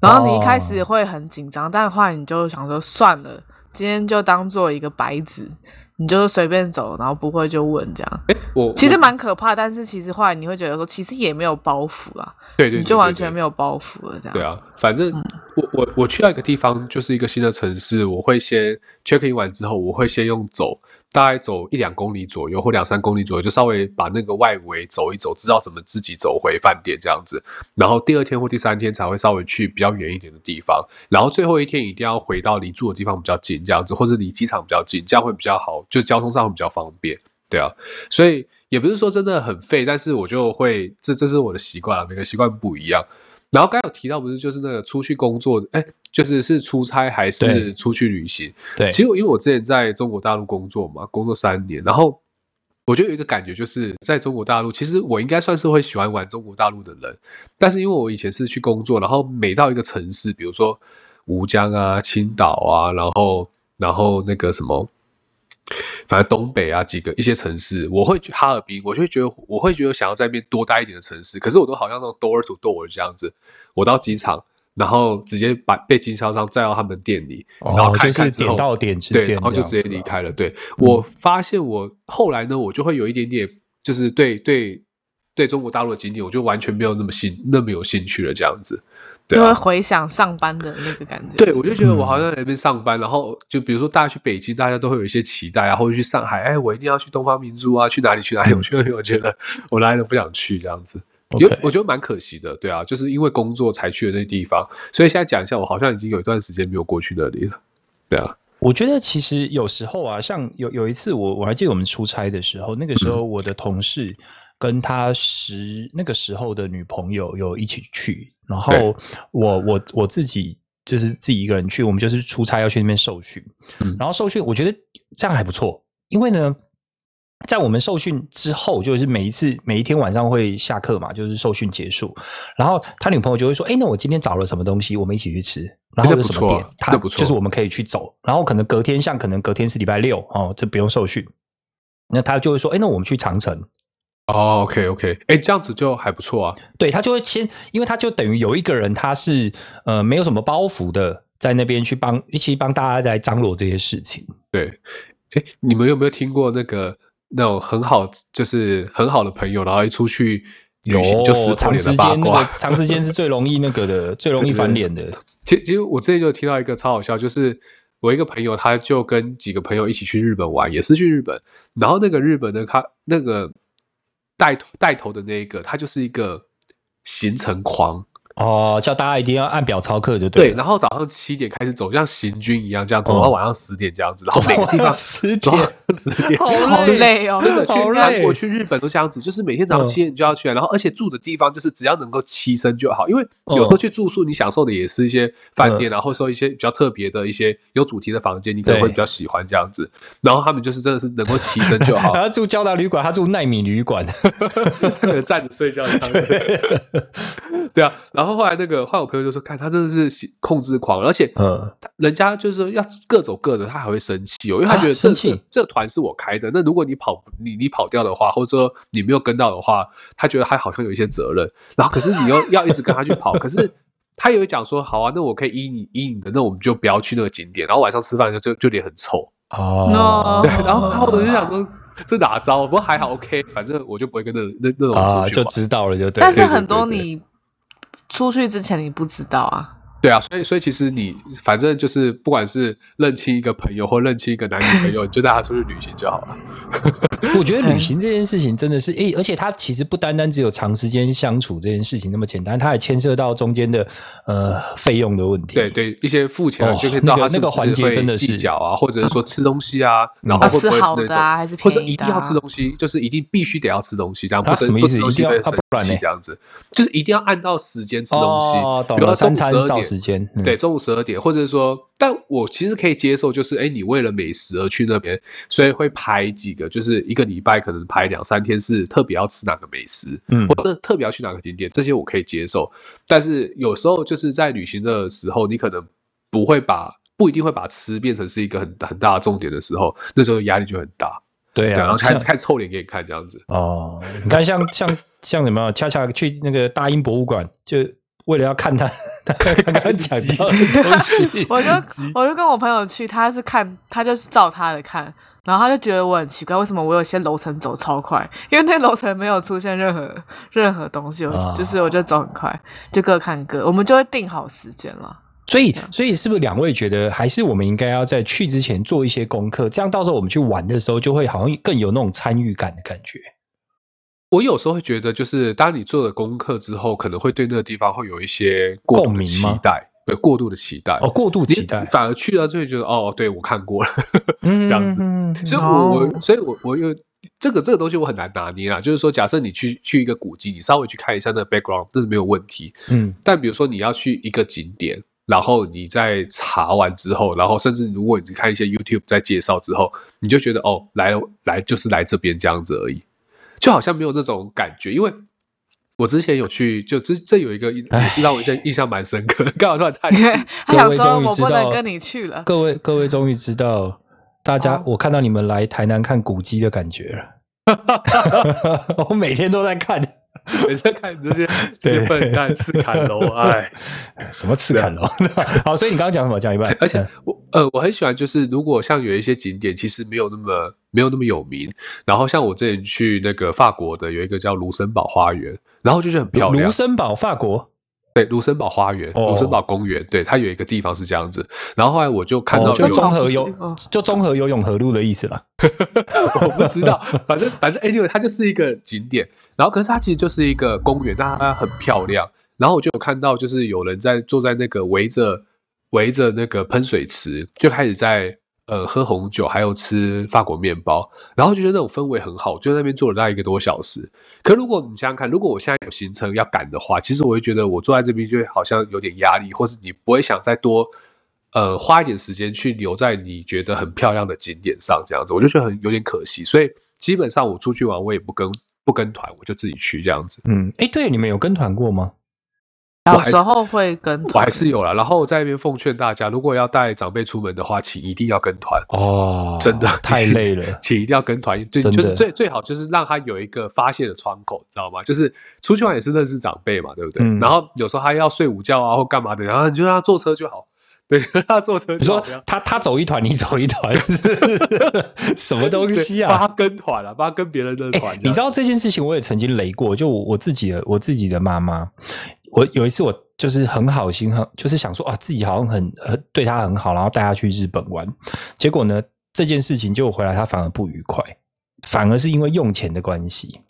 Speaker 3: 然后你一开
Speaker 2: 哦
Speaker 3: 始会很紧张，但后来你就想说算了，今天就当做一个白纸，你就随便走，然后不会就问这样。
Speaker 2: 哎，我
Speaker 3: 其实
Speaker 2: 我
Speaker 3: 蛮可怕，但是其实后来你会觉得说，其实也没有包袱啊，
Speaker 2: 对对，对
Speaker 3: 你就
Speaker 2: 对
Speaker 3: 完
Speaker 2: 对
Speaker 3: 全没有包袱了这样。嗯
Speaker 2: 对啊，反正我我我去到一个地方，就是一个新的城市，我会先 check in 完之后，我会先用走，大概走一两公里左右或两三公里左右，就稍微把那个外围走一走，知道怎么自己走回饭店这样子。然后第二天或第三天才会稍微去比较远一点的地方，然后最后一天一定要回到离住的地方比较近这样子，或是离机场比较近，这样会比较好，就交通上会比较方便。对啊，所以也不是说真的很废，但是我就会，这这是我的习惯啊，每个习惯不一样。然后刚才有提到，不是就是那个出去工作，哎，就是是出差还
Speaker 1: 对
Speaker 2: 是出去旅行？
Speaker 1: 对，
Speaker 2: 其实我因为我之前在中国大陆工作嘛，工作三年，然后我就有一个感觉，就是在中国大陆，其实我应该算是会喜欢玩中国大陆的人，但是因为我以前是去工作，然后每到一个城市，比如说吴江啊、青岛啊，然后然后那个什么。反正东北啊几个一些城市，我会去哈尔滨，我就会觉得我会觉得想要在那边多待一点的城市，可是我都好像那种 door to door 这样子，我到机场，然后直接把被经销商载到他们店里，然后
Speaker 1: 哦
Speaker 2: 看
Speaker 1: 就
Speaker 2: 一看
Speaker 1: 是
Speaker 2: 之后，
Speaker 1: 点到点之
Speaker 2: 对，
Speaker 1: 间，
Speaker 2: 然后就直接离。开了。
Speaker 1: 嗯
Speaker 2: 对我发现我后来呢，我就会有一点点，就是对对对中国大陆的景点，我就完全没有那么兴那么有兴趣了，这样子。对
Speaker 3: 就会
Speaker 2: 啊，
Speaker 3: 回想上班的那个感觉。
Speaker 1: 啊
Speaker 2: 对我就觉得我好
Speaker 1: 嗯
Speaker 2: 像在那边上班，然后就比如说大家去北京，大家都会有一些期待啊，或者去上海，哎，我一定要去东方明珠啊，去哪里去哪里？ 我觉得我觉得我哪里都不想去这样子。有
Speaker 1: OK
Speaker 2: 我觉得蛮可惜的，对啊，就是因为工作才去的那地方，所以现在讲一下，我好像已经有一段时间没有过去那里了，对啊，
Speaker 1: 我觉得其实有时候啊，像有有一次我我还记得我们出差的时候，那个时
Speaker 2: 嗯
Speaker 1: 候我的同事跟他时那个时候的女朋友有一起去，然
Speaker 2: 对
Speaker 1: 后我我我自己就是自己一个人去，我们就是出差要去那边受训，
Speaker 2: 嗯
Speaker 1: 然后受训我觉得这样还不错，因为呢。在我们受训之后，就是每一次每一天晚上会下课嘛，就是受训结束，然后他女朋友就会说：“哎、那我今天找了什么东西，我们一起去吃。”然后
Speaker 2: 那
Speaker 1: 有
Speaker 2: 不
Speaker 1: 什么
Speaker 2: 错啊
Speaker 1: 店，他
Speaker 2: 那不错
Speaker 1: 就是我们可以去走。然后可能隔天，像可能隔天是礼拜六哦，这不用受训。那他就会说：“哎，那我们去长城。
Speaker 2: 哦，OK OK，哎，这样子就还不错啊。”
Speaker 1: 对他就会先，因为他就等于有一个人他是呃没有什么包袱的，在那边去帮一起帮大家来张罗这些事情。
Speaker 2: 对，哎，你们有没有听过那个那种很好，就是很好的朋友，然后一出去旅行就撕破
Speaker 1: 长
Speaker 2: 脸的
Speaker 1: 时
Speaker 2: 八
Speaker 1: 间那
Speaker 2: 卦？
Speaker 1: 个长时间是最容易那个 的，最容易翻脸的。
Speaker 2: 其实，其实我之前就听到一个超好笑，就是我一个朋友，他就跟几个朋友一起去日本玩，也是去日本。然后那个日本的他那个带头带头的那一个，他就是一个行程狂，
Speaker 1: 哦，叫大家一定要按表操课就
Speaker 2: 对。
Speaker 1: 了。
Speaker 2: 然后早上七点开始走，像行军一样这样走，到
Speaker 1: 嗯
Speaker 2: 晚上十点这样子，然后每个地方
Speaker 1: 十
Speaker 2: 走
Speaker 1: 点，
Speaker 2: 到十点，
Speaker 3: 好累哦，
Speaker 2: 真的去
Speaker 1: 好累嗯
Speaker 2: 韩国、去日本都这样子，就是每天早上七点就要去，啊然后而且住的地方就是只要能够栖身就好，因为
Speaker 1: 嗯
Speaker 2: 有时候去住宿，你享受的也是一些饭店啊，然后说一些比较特别的一些有主题的房间，你可能
Speaker 1: 对
Speaker 2: 会比较喜欢这样子。然后他们就是真的是能够栖身就好
Speaker 1: 然，后住交大旅馆，他住奈米旅馆。
Speaker 2: 他可能 站着睡觉这样子。对啊，然后后来那个，后来我朋友就说，看他真的是喜控制狂，而且
Speaker 1: 嗯，
Speaker 2: 他人家就是要各走各的，他还会生气哦，因为他觉得
Speaker 1: 啊
Speaker 2: 这、
Speaker 1: 生气
Speaker 2: 这这团是我开的，那如果你跑你你跑掉的话，或者说你没有跟到的话，他觉得他好像有一些责任，然后可是你又要一直跟他去跑，可是他也会讲说，好啊，那我可以依你依你的，那我们就不要去那个景点，然后晚上吃饭就就就脸很臭，
Speaker 1: 哦
Speaker 3: No
Speaker 2: 对，然后然后我就想说这哪招？不过还好 OK，反正我就不会跟那那那种人
Speaker 1: 啊，
Speaker 2: 出去
Speaker 1: 就
Speaker 2: 玩。
Speaker 1: 知道了，就对了。
Speaker 3: 但是很多
Speaker 2: 对对对
Speaker 3: 你出去之前你不知道啊，
Speaker 2: 对啊，所以所以其实你反正就是不管是认清一个朋友或认清一个男 女朋友，你就带他出去旅行就好了。
Speaker 1: 我觉得旅行这件事情真的是，诶、而且它其实不单单只有长时间相处这件事情那么简单，它还牵涉到中间的呃费用的问题。
Speaker 2: 对对，一些付钱了
Speaker 1: 哦
Speaker 2: 就可以知道
Speaker 1: 那
Speaker 2: 他
Speaker 1: 个
Speaker 2: 是
Speaker 1: 那个
Speaker 2: 不
Speaker 1: 环节
Speaker 2: 会
Speaker 1: 真的是
Speaker 2: 计较啊，或 者是说吃东西啊，然后
Speaker 3: 啊
Speaker 2: 会不
Speaker 3: 吃
Speaker 2: 会
Speaker 3: 好
Speaker 2: 那
Speaker 3: 的
Speaker 2: 种，
Speaker 3: 啊还是
Speaker 2: 或者
Speaker 3: 便宜
Speaker 2: 一
Speaker 3: 的
Speaker 2: 定要
Speaker 3: 啊，
Speaker 2: 吃东西，就是一定必须得要吃东西，这样
Speaker 1: 啊
Speaker 2: 不吃
Speaker 1: 什么意
Speaker 2: 不
Speaker 1: 思
Speaker 2: 吃东
Speaker 1: 一
Speaker 2: 西
Speaker 1: 定要
Speaker 2: 会
Speaker 1: 啊不然
Speaker 2: 生气
Speaker 1: 呢
Speaker 2: 这样子，就是一定要按照时间吃东西
Speaker 1: 哦，懂
Speaker 2: 比如
Speaker 1: 了
Speaker 2: 说中
Speaker 1: 三餐
Speaker 2: 午十二
Speaker 1: 照
Speaker 2: 点，
Speaker 1: 时间嗯
Speaker 2: 对，中午十二点，或者是说，但我其实可以接受，就是哎，你为了美食而去那边，所以会排几个，就是一个礼拜可能排两三天是特别要吃哪个美食，
Speaker 1: 嗯
Speaker 2: 或者特别要去哪个景点，这些我可以接受。但是有时候就是在旅行的时候，你可能不会把不一定会把吃变成是一个很很大的重点的时候，那时候压力就很大。
Speaker 1: 对
Speaker 2: 对，然
Speaker 1: 啊
Speaker 2: 后，开始开始臭脸给你看这样子。
Speaker 1: 哦，你看像像像什么，恰恰去那个大英博物馆，就为了要看他 他刚刚讲到的东西
Speaker 3: 我就我就跟我朋友去，他是看，他就是照他的看，然后他就觉得我很奇怪，为什么我有些楼层走超快？因为那楼层没有出现任何任何东西，我、
Speaker 1: 啊
Speaker 3: 就是我就走很快，就各看各，我们就会定好时间了。
Speaker 1: 所以所以是不是两位觉得还是我们应该要在去之前做一些功课，这样到时候我们去玩的时候就会好像更有那种参与感的感觉。
Speaker 2: 我有时候会觉得，就是当你做了功课之后，可能会对那个地方会有一些过
Speaker 1: 共
Speaker 2: 度的
Speaker 1: 鸣
Speaker 2: 期
Speaker 1: 吗
Speaker 2: 待，对过度的期待。
Speaker 1: 哦，过度
Speaker 2: 你
Speaker 1: 期待，
Speaker 2: 反而去到这里觉得哦，对我看过了，
Speaker 1: 嗯
Speaker 2: 这样子。
Speaker 1: 嗯
Speaker 2: 所以我我所以我我有这个这个东西我很难拿捏啦。就是说，假设你去去一个古迹，你稍微去看一下那个 background，这是没有问题。
Speaker 1: 嗯，
Speaker 2: 但比如说你要去一个景点，然后你在查完之后，然后甚至如果你看一些 YouTube 在介绍之后，你就觉得哦，来了来就是来这边这样子而已，就好像没有那种感觉，因为。我之前有去，就这这有一个也是让我印象印象蛮深刻的，刚好突然叹气，
Speaker 3: 他 想
Speaker 1: 各位
Speaker 3: 说
Speaker 1: 终于
Speaker 3: 我
Speaker 1: 知
Speaker 3: 不能
Speaker 1: 道
Speaker 3: 跟你去了，
Speaker 1: 各位各位终于知道，大家、
Speaker 3: 哦
Speaker 1: 我看到你们来台南看古迹的感觉了。 我每天都在看
Speaker 2: 每次看你 这些这些笨蛋吃砍楼，哎，
Speaker 1: 什么赤坎楼。 好，所以你刚刚讲什么？讲一半。
Speaker 2: 啊
Speaker 1: 嗯
Speaker 2: 而且我呃，我很喜欢，就是如果像有一些景点其实没有那么没有那么有名，然后像我之前去那个法国的有一个叫卢森堡花园，然后就是很漂亮
Speaker 1: 卢，森堡，法国。
Speaker 2: 对，卢森堡花园、
Speaker 1: 哦
Speaker 2: 卢森堡公园，对，它有一个地方是这样子。然后后来我就看
Speaker 1: 哦，
Speaker 2: 到有，
Speaker 1: 就
Speaker 3: 中
Speaker 1: 综合游
Speaker 3: 哦，
Speaker 1: 就综合游泳河路的意思啦。
Speaker 2: 我不知道，反正反正 anyway，它就是一个景点。然后可是它其实就是一个公园，但它很漂亮。然后我就有看到，就是有人在坐在那个围着围着那个喷水池，就开始在呃喝红酒，还有吃法国面包。然后就觉得那种氛围很好，我就在那边坐了大概一个多小时。可如果你想想看，如果我现在有行程要赶的话，其实我会觉得我坐在这边就会好像有点压力，或是你不会想再多呃花一点时间去留在你觉得很漂亮的景点上，这样子我就觉得很有点可惜。所以基本上我出去玩，我也不跟不跟团，我就自己去这样子。
Speaker 1: 嗯，哎，对，你们有跟团过吗？
Speaker 3: 有时候会跟
Speaker 2: 我
Speaker 3: 团
Speaker 2: 还是有啦，然后在那边奉劝大家，如果要带长辈出门的话，请一定要跟团。
Speaker 1: 哦，
Speaker 2: 真 的。
Speaker 1: 太累了
Speaker 2: 请一定要跟团，对，
Speaker 1: 真的
Speaker 2: 就是最最好就是让他有一个发泄的窗口，你知道吗？就是出去玩也是认识长辈嘛，对不对？
Speaker 1: 嗯
Speaker 2: 然后有时候他要睡午觉啊或干嘛的，然后你就让他坐车就好，对， 让他坐车
Speaker 1: 你
Speaker 2: 就好。
Speaker 1: 说
Speaker 2: 不要
Speaker 1: 他他走一团，你走一团， 什么东西
Speaker 2: 对
Speaker 1: 啊？
Speaker 2: 帮他跟团啊，帮他跟别人的
Speaker 1: 哎，
Speaker 2: 团、
Speaker 1: 你知道？这件事情，我也曾经雷过，就我我自己的我自己的妈妈，我有一次我就是很好心，很就是想说啊，自己好像很很对她很好，然后带她去日本玩，结果呢这件事情就回来，她反而不愉快，反而是因为用钱的关系。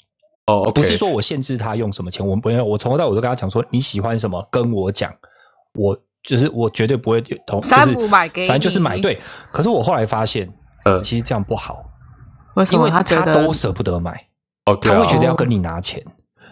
Speaker 2: 哦
Speaker 1: 我
Speaker 2: OK
Speaker 1: 不是说我限制她用什么钱，我没有，我从头到尾都跟她讲说你喜欢什么，跟我讲，我就是我绝对不会同，就是
Speaker 3: 山姆买给你
Speaker 1: 反正就是买对。可是我后来发现，
Speaker 2: 呃
Speaker 1: 其实这样不好，
Speaker 3: 为什
Speaker 1: 因
Speaker 3: 么
Speaker 1: 为
Speaker 3: 他
Speaker 1: 她
Speaker 3: 觉得
Speaker 1: 都舍不得买。
Speaker 2: 哦，对
Speaker 1: 他
Speaker 2: 啊
Speaker 1: 会觉得要跟你拿钱。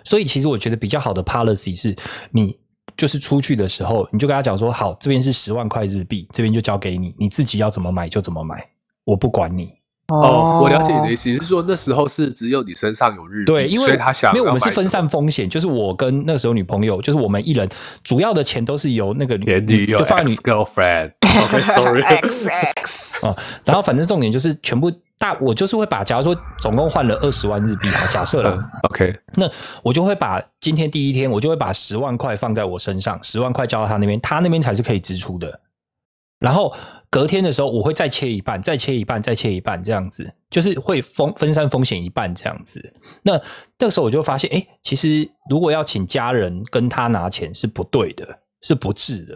Speaker 1: 所以其实我觉得比较好的 policy 是你。就是出去的时候，你就跟他讲说，好，这边是十万块日币，这边就交给你，你自己要怎么买就怎么买，我不管你。
Speaker 2: 哦，我了解你的意思，你是说那时候是只有你身上有日币，
Speaker 1: 对，因为
Speaker 2: 所以他想
Speaker 1: 没有我
Speaker 2: 要
Speaker 1: 们是
Speaker 2: 买
Speaker 1: 分
Speaker 2: 什么
Speaker 1: 散风险，就是我跟那时候女朋友，就是我们一人主要的钱都是由那个
Speaker 2: 前女友
Speaker 1: 就放在
Speaker 2: ex
Speaker 1: 你
Speaker 2: girlfriend。OK，sorry，
Speaker 3: X X
Speaker 1: 哦，然后反正重点就是全部大，我就是会把，假如说总共换了二十万日币啊，假设了，
Speaker 2: OK，
Speaker 1: 那我就会把今天第一天，我就会把十万块放在我身上，十万块交到他那边，他那边才是可以支出的。然后隔天的时候，我会再切一半，再切一半，再切一半，这样子，就是会风分散风险一半这样子。那那时候我就发现，哎，其实如果要请家人跟他拿钱是不对的，是不智的。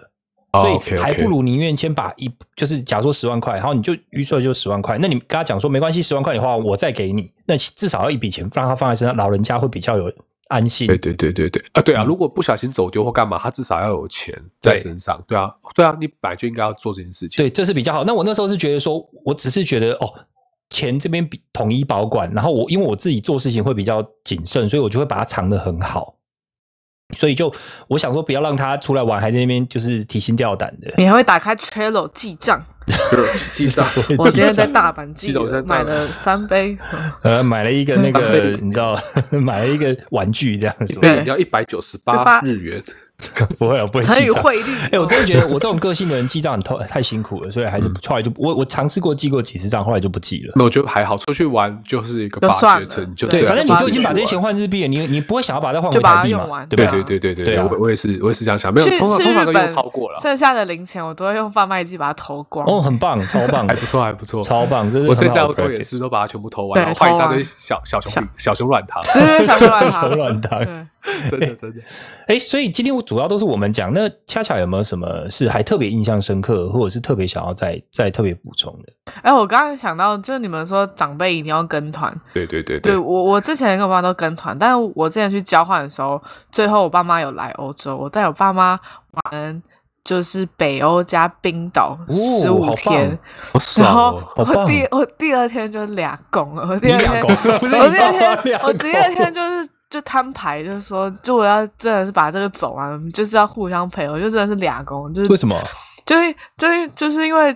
Speaker 2: 哦
Speaker 1: 所以
Speaker 2: OK，OK
Speaker 1: 还不如宁愿先把一，就是假如说十万块，然后你就预算就十万块，那你跟他讲说没关系，十万块的话我再给你，那至少要一笔钱让他放在身上，老人家会比较有安心。
Speaker 2: 对对对对对啊，对啊，如果不小心走丢或干嘛，他至少要有钱
Speaker 1: 嗯
Speaker 2: 在
Speaker 1: 对
Speaker 2: 身上，对啊，对啊，你本来就应该要做这件事情。
Speaker 1: 对，这是比较好。那我那时候是觉得说，我只是觉得哦，钱这边比统一保管，然后我因为我自己做事情会比较谨慎，所以我就会把它藏得很好。所以就我想说，不要让他出来玩，还在那边就是提心吊胆的。
Speaker 3: 你还会打开 Trello 记账。
Speaker 2: 就是记 上
Speaker 3: 我今天在大阪记
Speaker 2: 记得我在
Speaker 3: 得
Speaker 2: 大阪
Speaker 3: 买了三杯，
Speaker 1: 呃，买了一
Speaker 3: 嗯
Speaker 1: 个那
Speaker 2: 浪费
Speaker 1: 个
Speaker 2: 了，
Speaker 1: 你知道，买了一个玩具这样子。
Speaker 2: 一杯饮料一百九十八
Speaker 3: 18
Speaker 2: 日元，
Speaker 1: 不会啊，不会
Speaker 3: 成
Speaker 1: 记
Speaker 3: 语
Speaker 1: 账。
Speaker 3: 汇率。
Speaker 1: 哎、我真的觉得我这种个性的人记账很痛，太辛苦了，所以还是不后来就我我尝试过记过几次账，后来就不记了。
Speaker 2: 那我觉得还好，出去玩就是一个
Speaker 3: 就
Speaker 2: 八
Speaker 3: 算
Speaker 2: 折
Speaker 3: 了
Speaker 2: 啊成就，
Speaker 3: 对
Speaker 1: 对，反正你
Speaker 3: 就
Speaker 1: 都已经把这些
Speaker 2: 钱。
Speaker 1: 钱换日币了，你你不会想要把它换回
Speaker 3: 就把它
Speaker 1: 台币
Speaker 3: 用
Speaker 1: 嘛？
Speaker 3: 完
Speaker 1: 对
Speaker 2: 对
Speaker 1: 吧？
Speaker 2: 对对对
Speaker 1: 对
Speaker 2: 对对，
Speaker 1: 啊
Speaker 2: 我我也是我也是这样想，没有
Speaker 3: 去
Speaker 2: 通常
Speaker 3: 去
Speaker 2: 通常
Speaker 3: 日
Speaker 2: 都用
Speaker 3: 本
Speaker 2: 超过了，
Speaker 3: 剩下的零钱我都会用贩卖机把它投光。
Speaker 1: 哦，很棒，超棒
Speaker 2: 还，不错还不错，
Speaker 1: 超棒！这是
Speaker 2: 我之前在
Speaker 1: 很好
Speaker 2: 澳
Speaker 1: 的
Speaker 2: 洲也
Speaker 1: practice
Speaker 2: 是都把它全部偷完，
Speaker 3: 对
Speaker 2: 然后换一大
Speaker 3: 偷完
Speaker 2: 堆小小熊饼小熊软 糖，
Speaker 3: 对对对，小时候 玩
Speaker 1: 手
Speaker 3: 它。
Speaker 1: 软糖。
Speaker 3: 对，
Speaker 2: 真的真的。
Speaker 1: 哎，所以今天主要都是我们讲，那恰恰有没有什么是还特别印象深刻，或者是特别想要再再特别补充的？
Speaker 3: 哎，我刚刚想到，就是你们说长辈一定要跟团，
Speaker 2: 对对对
Speaker 3: 对我我之前跟我爸妈都跟团，但是我之前去交换的时候，最后我爸妈有来欧洲，我带我爸妈玩就是北欧加冰岛十五
Speaker 1: 哦好棒
Speaker 3: 天，
Speaker 2: 好
Speaker 3: 然
Speaker 2: 爽
Speaker 3: 后
Speaker 2: 哦！
Speaker 1: 好棒
Speaker 3: 我第我第二天就俩拱了，我第
Speaker 1: 你
Speaker 3: 二
Speaker 1: 俩
Speaker 3: 天
Speaker 1: 狗不是
Speaker 3: 我
Speaker 1: 你
Speaker 3: 第
Speaker 1: 爸
Speaker 3: 二
Speaker 1: 妈
Speaker 3: 天
Speaker 1: 俩，狗
Speaker 3: 我 第二 天就是就摊牌，就是说，就我要真的是把这个走完，我们就是要互相配合，就真的是俩工，就是
Speaker 1: 为什么？
Speaker 3: 就是就是就是因为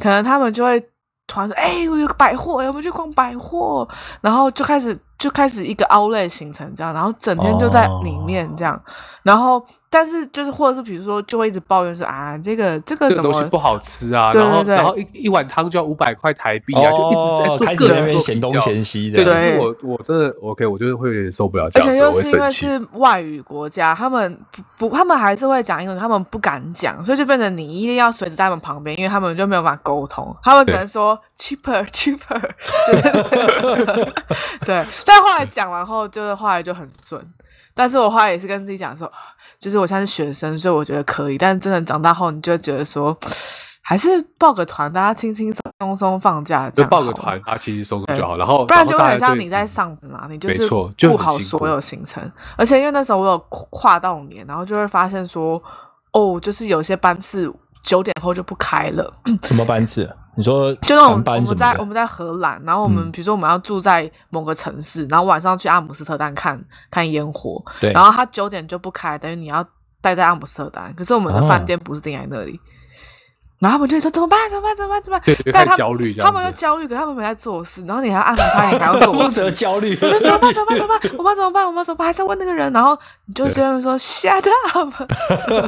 Speaker 3: 可能他们就会突然说，哎、我有个百货，我们去逛百货，然后就开始就开始一个 outlet 形成这样，然后整天就在
Speaker 2: 哦
Speaker 3: 里面这样，然后但是就是或者是比如说就会一直抱怨说啊，这个这个
Speaker 2: 这
Speaker 3: 怎
Speaker 2: 个
Speaker 3: 么
Speaker 2: 东西不好吃啊，
Speaker 3: 对
Speaker 2: 然后
Speaker 3: 对对
Speaker 2: 然后一一碗汤就要五百块台币啊，就一直在
Speaker 1: 哦
Speaker 2: 做
Speaker 1: 开
Speaker 2: 各
Speaker 1: 始在那边
Speaker 2: 种做
Speaker 1: 嫌
Speaker 2: 比
Speaker 1: 东
Speaker 2: 较。
Speaker 1: 嫌西啊的，
Speaker 2: 对，其
Speaker 3: 对
Speaker 2: 实我我真的 OK，我就是会有点受不了这
Speaker 3: 而
Speaker 2: 样
Speaker 3: 且
Speaker 2: 子，我
Speaker 3: 又
Speaker 2: 会
Speaker 3: 是因
Speaker 2: 生
Speaker 3: 为
Speaker 2: 气。
Speaker 3: 是外语国家，他们不不，他们还是会讲英文，他们不敢讲，所以就变成你一定要随时在他们旁边，因为他们就没有办法沟通，他们只能说 cheaper cheaper 就是。对，但后来讲完后，就是后来就很顺。但是我后来也是跟自己讲说， 就是我现在是学生，所以我觉得可以。但是真的长大后，你就会觉得说， 还是报个团，大家轻轻松松放假，这
Speaker 2: 就
Speaker 3: 样
Speaker 2: 报个
Speaker 3: 好了
Speaker 2: 团，啊，轻轻松松
Speaker 3: 对
Speaker 2: 就嗯好。然后，
Speaker 3: 不然
Speaker 2: 后
Speaker 3: 就
Speaker 2: 大
Speaker 3: 会很
Speaker 2: 家
Speaker 3: 像
Speaker 2: 对
Speaker 3: 你在上班啦，你就
Speaker 2: 没
Speaker 3: 是
Speaker 2: 错就
Speaker 3: 顾
Speaker 2: 很
Speaker 3: 好
Speaker 2: 辛
Speaker 3: 所
Speaker 2: 苦
Speaker 3: 有行程，而且因为那时候我有跨到年，然后就会发现说，哦，就是有些班次九点后就不开了，
Speaker 1: 什么班次？啊你说
Speaker 3: 就那种
Speaker 1: 船班
Speaker 3: 我
Speaker 1: 什
Speaker 3: 们在
Speaker 1: 么
Speaker 3: 我
Speaker 1: 的？
Speaker 3: 们在荷兰，然后我们
Speaker 1: 嗯
Speaker 3: 比如说我们要住在某个城市，然后晚上去阿姆斯特丹看看烟火，
Speaker 1: 对，
Speaker 3: 然后它九点就不开，等于你要待在阿姆斯特丹，可是我们的
Speaker 1: 哦
Speaker 3: 饭店不是定在那里。然后他们就会说怎么办？怎么办？怎么办？怎么办？
Speaker 2: 对对
Speaker 3: 但
Speaker 2: 开始
Speaker 3: 他们
Speaker 2: 焦虑这
Speaker 3: 他
Speaker 2: 样
Speaker 3: 们
Speaker 2: 子
Speaker 3: 又焦虑，可他们没在做事，然后你还要按摩他，你还要 做
Speaker 1: 不
Speaker 3: 事
Speaker 1: 得焦虑。
Speaker 3: 我说怎么办？怎么办？怎么办？我妈怎么办？我妈怎么办？还在问那个人，然后你就这样说 shut up。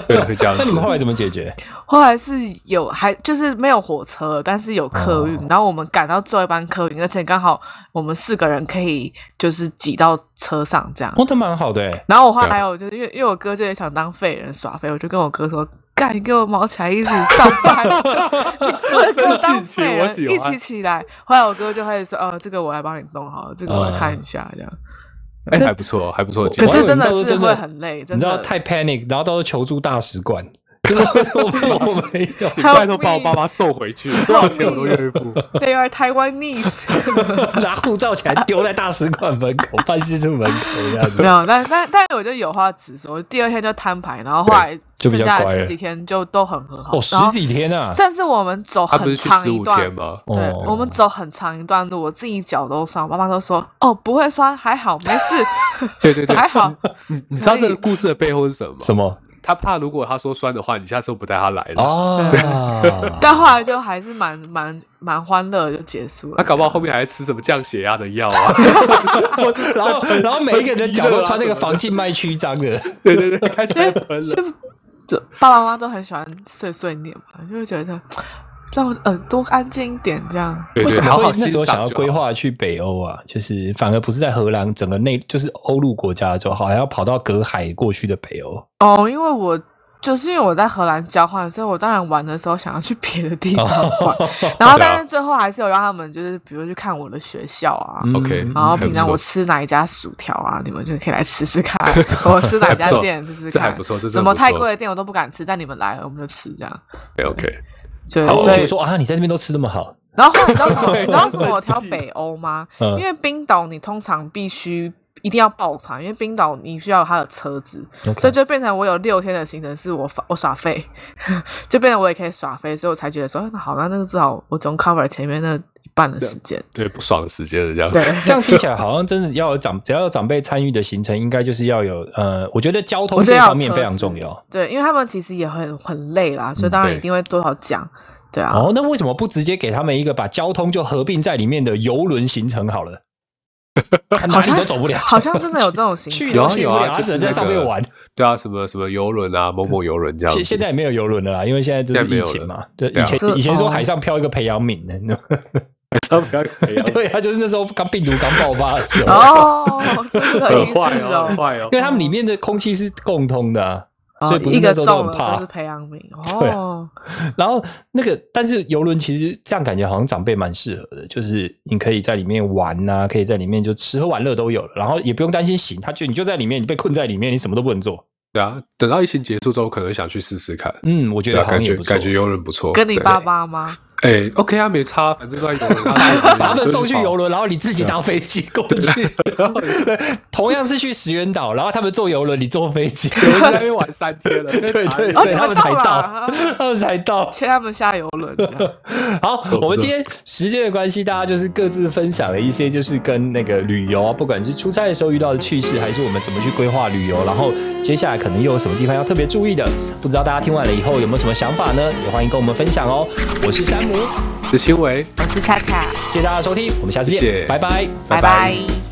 Speaker 2: 对会这样
Speaker 1: 那你
Speaker 2: 子
Speaker 1: 们。后来怎么解决？
Speaker 3: 后来是有还就是没有火车，但是有客运，
Speaker 1: 哦
Speaker 3: 然后我们赶到最后一班客运，而且刚好我们四个人可以就是挤到车上这样。
Speaker 1: 哦，那蛮好的欸，
Speaker 3: 然后我后来还有就是因为因为我哥就也想当废人耍废，我就跟我哥说。干，你给我毛起来，一起上班，你不能给我当废
Speaker 2: 真性情我
Speaker 3: 人，
Speaker 2: 喜
Speaker 3: 一
Speaker 2: 欢
Speaker 3: 起起来。后来我哥就开始说，哦，这个我来帮你弄好了，这个我来看一下，这样。
Speaker 2: 哎，还不错，还不错。
Speaker 3: 可
Speaker 1: 我还以
Speaker 3: 是
Speaker 1: 为
Speaker 3: 真
Speaker 1: 你到时候
Speaker 3: 的是
Speaker 1: 真的
Speaker 3: 会很累，
Speaker 1: 你
Speaker 3: 真
Speaker 1: 知道
Speaker 3: 的
Speaker 1: 太 panic，然后到时候求助大使馆，就是为什么我没有。
Speaker 2: 请
Speaker 3: Help
Speaker 2: 拜托把我
Speaker 3: me
Speaker 2: 爸妈送回 去，多少钱我都愿意付。
Speaker 3: They are Taiwanese 。
Speaker 1: 拿护照起来丢在大使馆门口、办事处门口这样子
Speaker 3: 没。有，但但但我就有话直说，第二天就摊牌，然后后来
Speaker 1: 就比较
Speaker 3: 剩下
Speaker 1: 乖
Speaker 3: 的
Speaker 1: 了
Speaker 3: 十几天就都很和好。
Speaker 1: 哦，十
Speaker 3: 然后
Speaker 1: 几天啊！
Speaker 3: 甚至我们走
Speaker 2: 他不
Speaker 3: 很
Speaker 2: 是去
Speaker 3: 长
Speaker 2: 十
Speaker 3: 一
Speaker 2: 五
Speaker 3: 段
Speaker 2: 天，吗？
Speaker 1: 哦
Speaker 3: 对，我们走很长一段路，我自己脚都酸，我爸妈都说哦不会酸，还好 没事，
Speaker 2: 对对对，
Speaker 3: 还好。
Speaker 2: 你你知道
Speaker 3: 可以
Speaker 2: 这个故事的背后是什么吗？
Speaker 1: 什么？
Speaker 2: 他怕如果他说酸的话，你下次不带他来了。
Speaker 1: 哦，
Speaker 3: 但后来就还是蛮蛮蛮欢乐的就结束
Speaker 2: 他
Speaker 3: 了。
Speaker 2: 搞不好后面还吃什么降血压的药啊？
Speaker 1: 然后然后每一个人的脚都穿那个防静脉曲张的，
Speaker 3: 啊
Speaker 2: 对对 对，开始在喷了。
Speaker 3: 就就爸爸妈妈都很喜欢碎碎念嘛，就会觉得让我耳朵安静一点这样。
Speaker 2: 对
Speaker 1: 为
Speaker 2: 对，
Speaker 1: 什么
Speaker 2: 好好
Speaker 1: 会
Speaker 2: 欣
Speaker 1: 那时候
Speaker 2: 赏
Speaker 1: 想要
Speaker 2: 就
Speaker 1: 规
Speaker 2: 好
Speaker 1: 划去北欧啊？就是反而不是在荷兰整个内，就是欧陆国家就好，还要跑到隔海过去的北 欧。
Speaker 3: 哦，因为我就是因为我在荷兰交换，所以我当然玩的时候想要去别的地 方玩， 然后
Speaker 2: 对啊
Speaker 3: 但是最后还是有让他们就是比如去看我的学校啊。
Speaker 1: 嗯
Speaker 2: OK，
Speaker 1: 然
Speaker 3: 然后
Speaker 2: 还不
Speaker 3: 平常
Speaker 2: 错
Speaker 3: 我吃哪一家薯条啊，你们就可以来吃吃看。我吃哪一家
Speaker 2: 还不错
Speaker 3: 店试试看，
Speaker 2: 这还不错这真的
Speaker 3: 什么
Speaker 2: 不
Speaker 3: 太
Speaker 2: 错
Speaker 3: 贵嗯的店我都不敢吃，但你们来了我们就吃这样。
Speaker 2: OK OK，
Speaker 3: 对，
Speaker 1: 后
Speaker 3: 所
Speaker 1: 我
Speaker 3: 以
Speaker 1: 就说啊，你在这边都吃那么好，
Speaker 3: 然后后来你知道为什么？你知道为什么我
Speaker 2: 生
Speaker 3: 挑
Speaker 2: 气
Speaker 3: 北欧吗？
Speaker 1: 嗯
Speaker 3: 因为冰岛你通常必须一定要抱团，因为冰岛你需要有他的车子，
Speaker 1: OK
Speaker 3: 所以就变成我有六天的行程是我耍我耍废， 就变成我也可以耍废，所以我才觉得说那好，那那个至少我总 cover 前面那一半的时间。
Speaker 2: 对不爽的时间了这样。
Speaker 3: 对，
Speaker 1: 这样听起来好像真的要有长，只要有长辈参与的行程，应该就是要有呃，我觉得交
Speaker 3: 我
Speaker 1: 通
Speaker 3: 觉
Speaker 1: 这
Speaker 3: 得要有
Speaker 1: 方面
Speaker 3: 车
Speaker 1: 非常
Speaker 3: 子
Speaker 1: 重要。嗯
Speaker 3: 对，因为他们其实也很很累啦，所以当然
Speaker 2: 对
Speaker 3: 一定会多少讲。对啊，
Speaker 1: 哦，那为什么不直接给他们一个把交通就合并在里面的游轮行程好了？哪里都走不了，
Speaker 3: 好像真的有这种行
Speaker 1: 去
Speaker 3: 程。
Speaker 2: 有
Speaker 1: 都
Speaker 2: 啊
Speaker 1: 去不
Speaker 2: 有啊
Speaker 1: 了，
Speaker 2: 就
Speaker 1: 只能
Speaker 2: 是
Speaker 1: 在
Speaker 2: 那
Speaker 1: 上面
Speaker 2: 个
Speaker 1: 玩。
Speaker 2: 对啊，什么什么游轮啊，某某游轮这样子。
Speaker 1: 现现在 也没有游轮了啦，因为现在就
Speaker 2: 现
Speaker 1: 是
Speaker 2: 在没
Speaker 1: 疫
Speaker 2: 有
Speaker 1: 情
Speaker 2: 了
Speaker 1: 嘛。对，
Speaker 2: 对
Speaker 1: 以
Speaker 2: 啊
Speaker 1: 前
Speaker 3: 是
Speaker 1: 以前说
Speaker 3: 哦
Speaker 1: 海上漂一个培养皿呢，
Speaker 4: 他不要培养，
Speaker 1: 对啊，就是那时候刚病毒刚爆发的时候，
Speaker 3: 哦， 这个
Speaker 4: 很
Speaker 3: 意思
Speaker 4: 坏哦，很
Speaker 3: 哦。
Speaker 4: 坏哦
Speaker 1: 因。为他们里面的空气是共通的啊、所以不是
Speaker 3: 一
Speaker 1: 那
Speaker 3: 个
Speaker 1: 时候都
Speaker 3: 中
Speaker 1: 很
Speaker 3: 了
Speaker 1: 怕
Speaker 3: 就是。培养皿
Speaker 1: 对啊
Speaker 3: 哦，
Speaker 1: 然后那个，但是游轮其实这样感觉好像长辈蛮适合的，就是你可以在里面玩啊，可以在里面就吃喝玩乐都有了，然后也不用担心醒，他就你就在里面，你被困在里面，你什么都不能做。
Speaker 2: 对啊，等到疫情结束之后，可能想去试试看。
Speaker 1: 嗯，我觉
Speaker 2: 对
Speaker 1: 得
Speaker 2: 啊，
Speaker 1: 好像
Speaker 2: 感
Speaker 1: 也
Speaker 2: 觉
Speaker 1: 不错
Speaker 2: 感觉游轮不错。
Speaker 3: 跟你
Speaker 2: 对
Speaker 3: 爸爸吗？
Speaker 2: 哎，OK 啊，没差，反正都在游轮
Speaker 1: 把
Speaker 2: 啊，
Speaker 1: 他们送去游
Speaker 2: 轮。
Speaker 1: 轮，然后你自己搭飞机 过
Speaker 2: 啊
Speaker 1: 去。对同样是去石原岛，然后他们坐游轮，你坐飞机。
Speaker 2: 游轮在那边玩三天了， 对
Speaker 1: 对
Speaker 3: 哦，
Speaker 1: 对
Speaker 3: 你
Speaker 1: 他
Speaker 3: 们
Speaker 1: 们才
Speaker 3: 了，
Speaker 1: 他们才到。
Speaker 3: 牵他们下游轮 这样。
Speaker 1: 好，
Speaker 2: 错
Speaker 1: 我们今天时间的关系，大家就是各自分享了一些，就是跟那个旅游啊，不管是出差的时候遇到的趣事，还是我们怎么去规划旅游，然后接下来可能又有什么地方要特别注意的。不知道大家听完了以后有没有什么想法呢？也欢迎跟我们分享哦。我是山姆，
Speaker 2: 是新维。
Speaker 3: 我是恰恰，
Speaker 1: 谢谢大家的收听，我们下次
Speaker 2: 谢谢
Speaker 1: 见，拜拜。
Speaker 3: 拜
Speaker 2: 拜
Speaker 3: 拜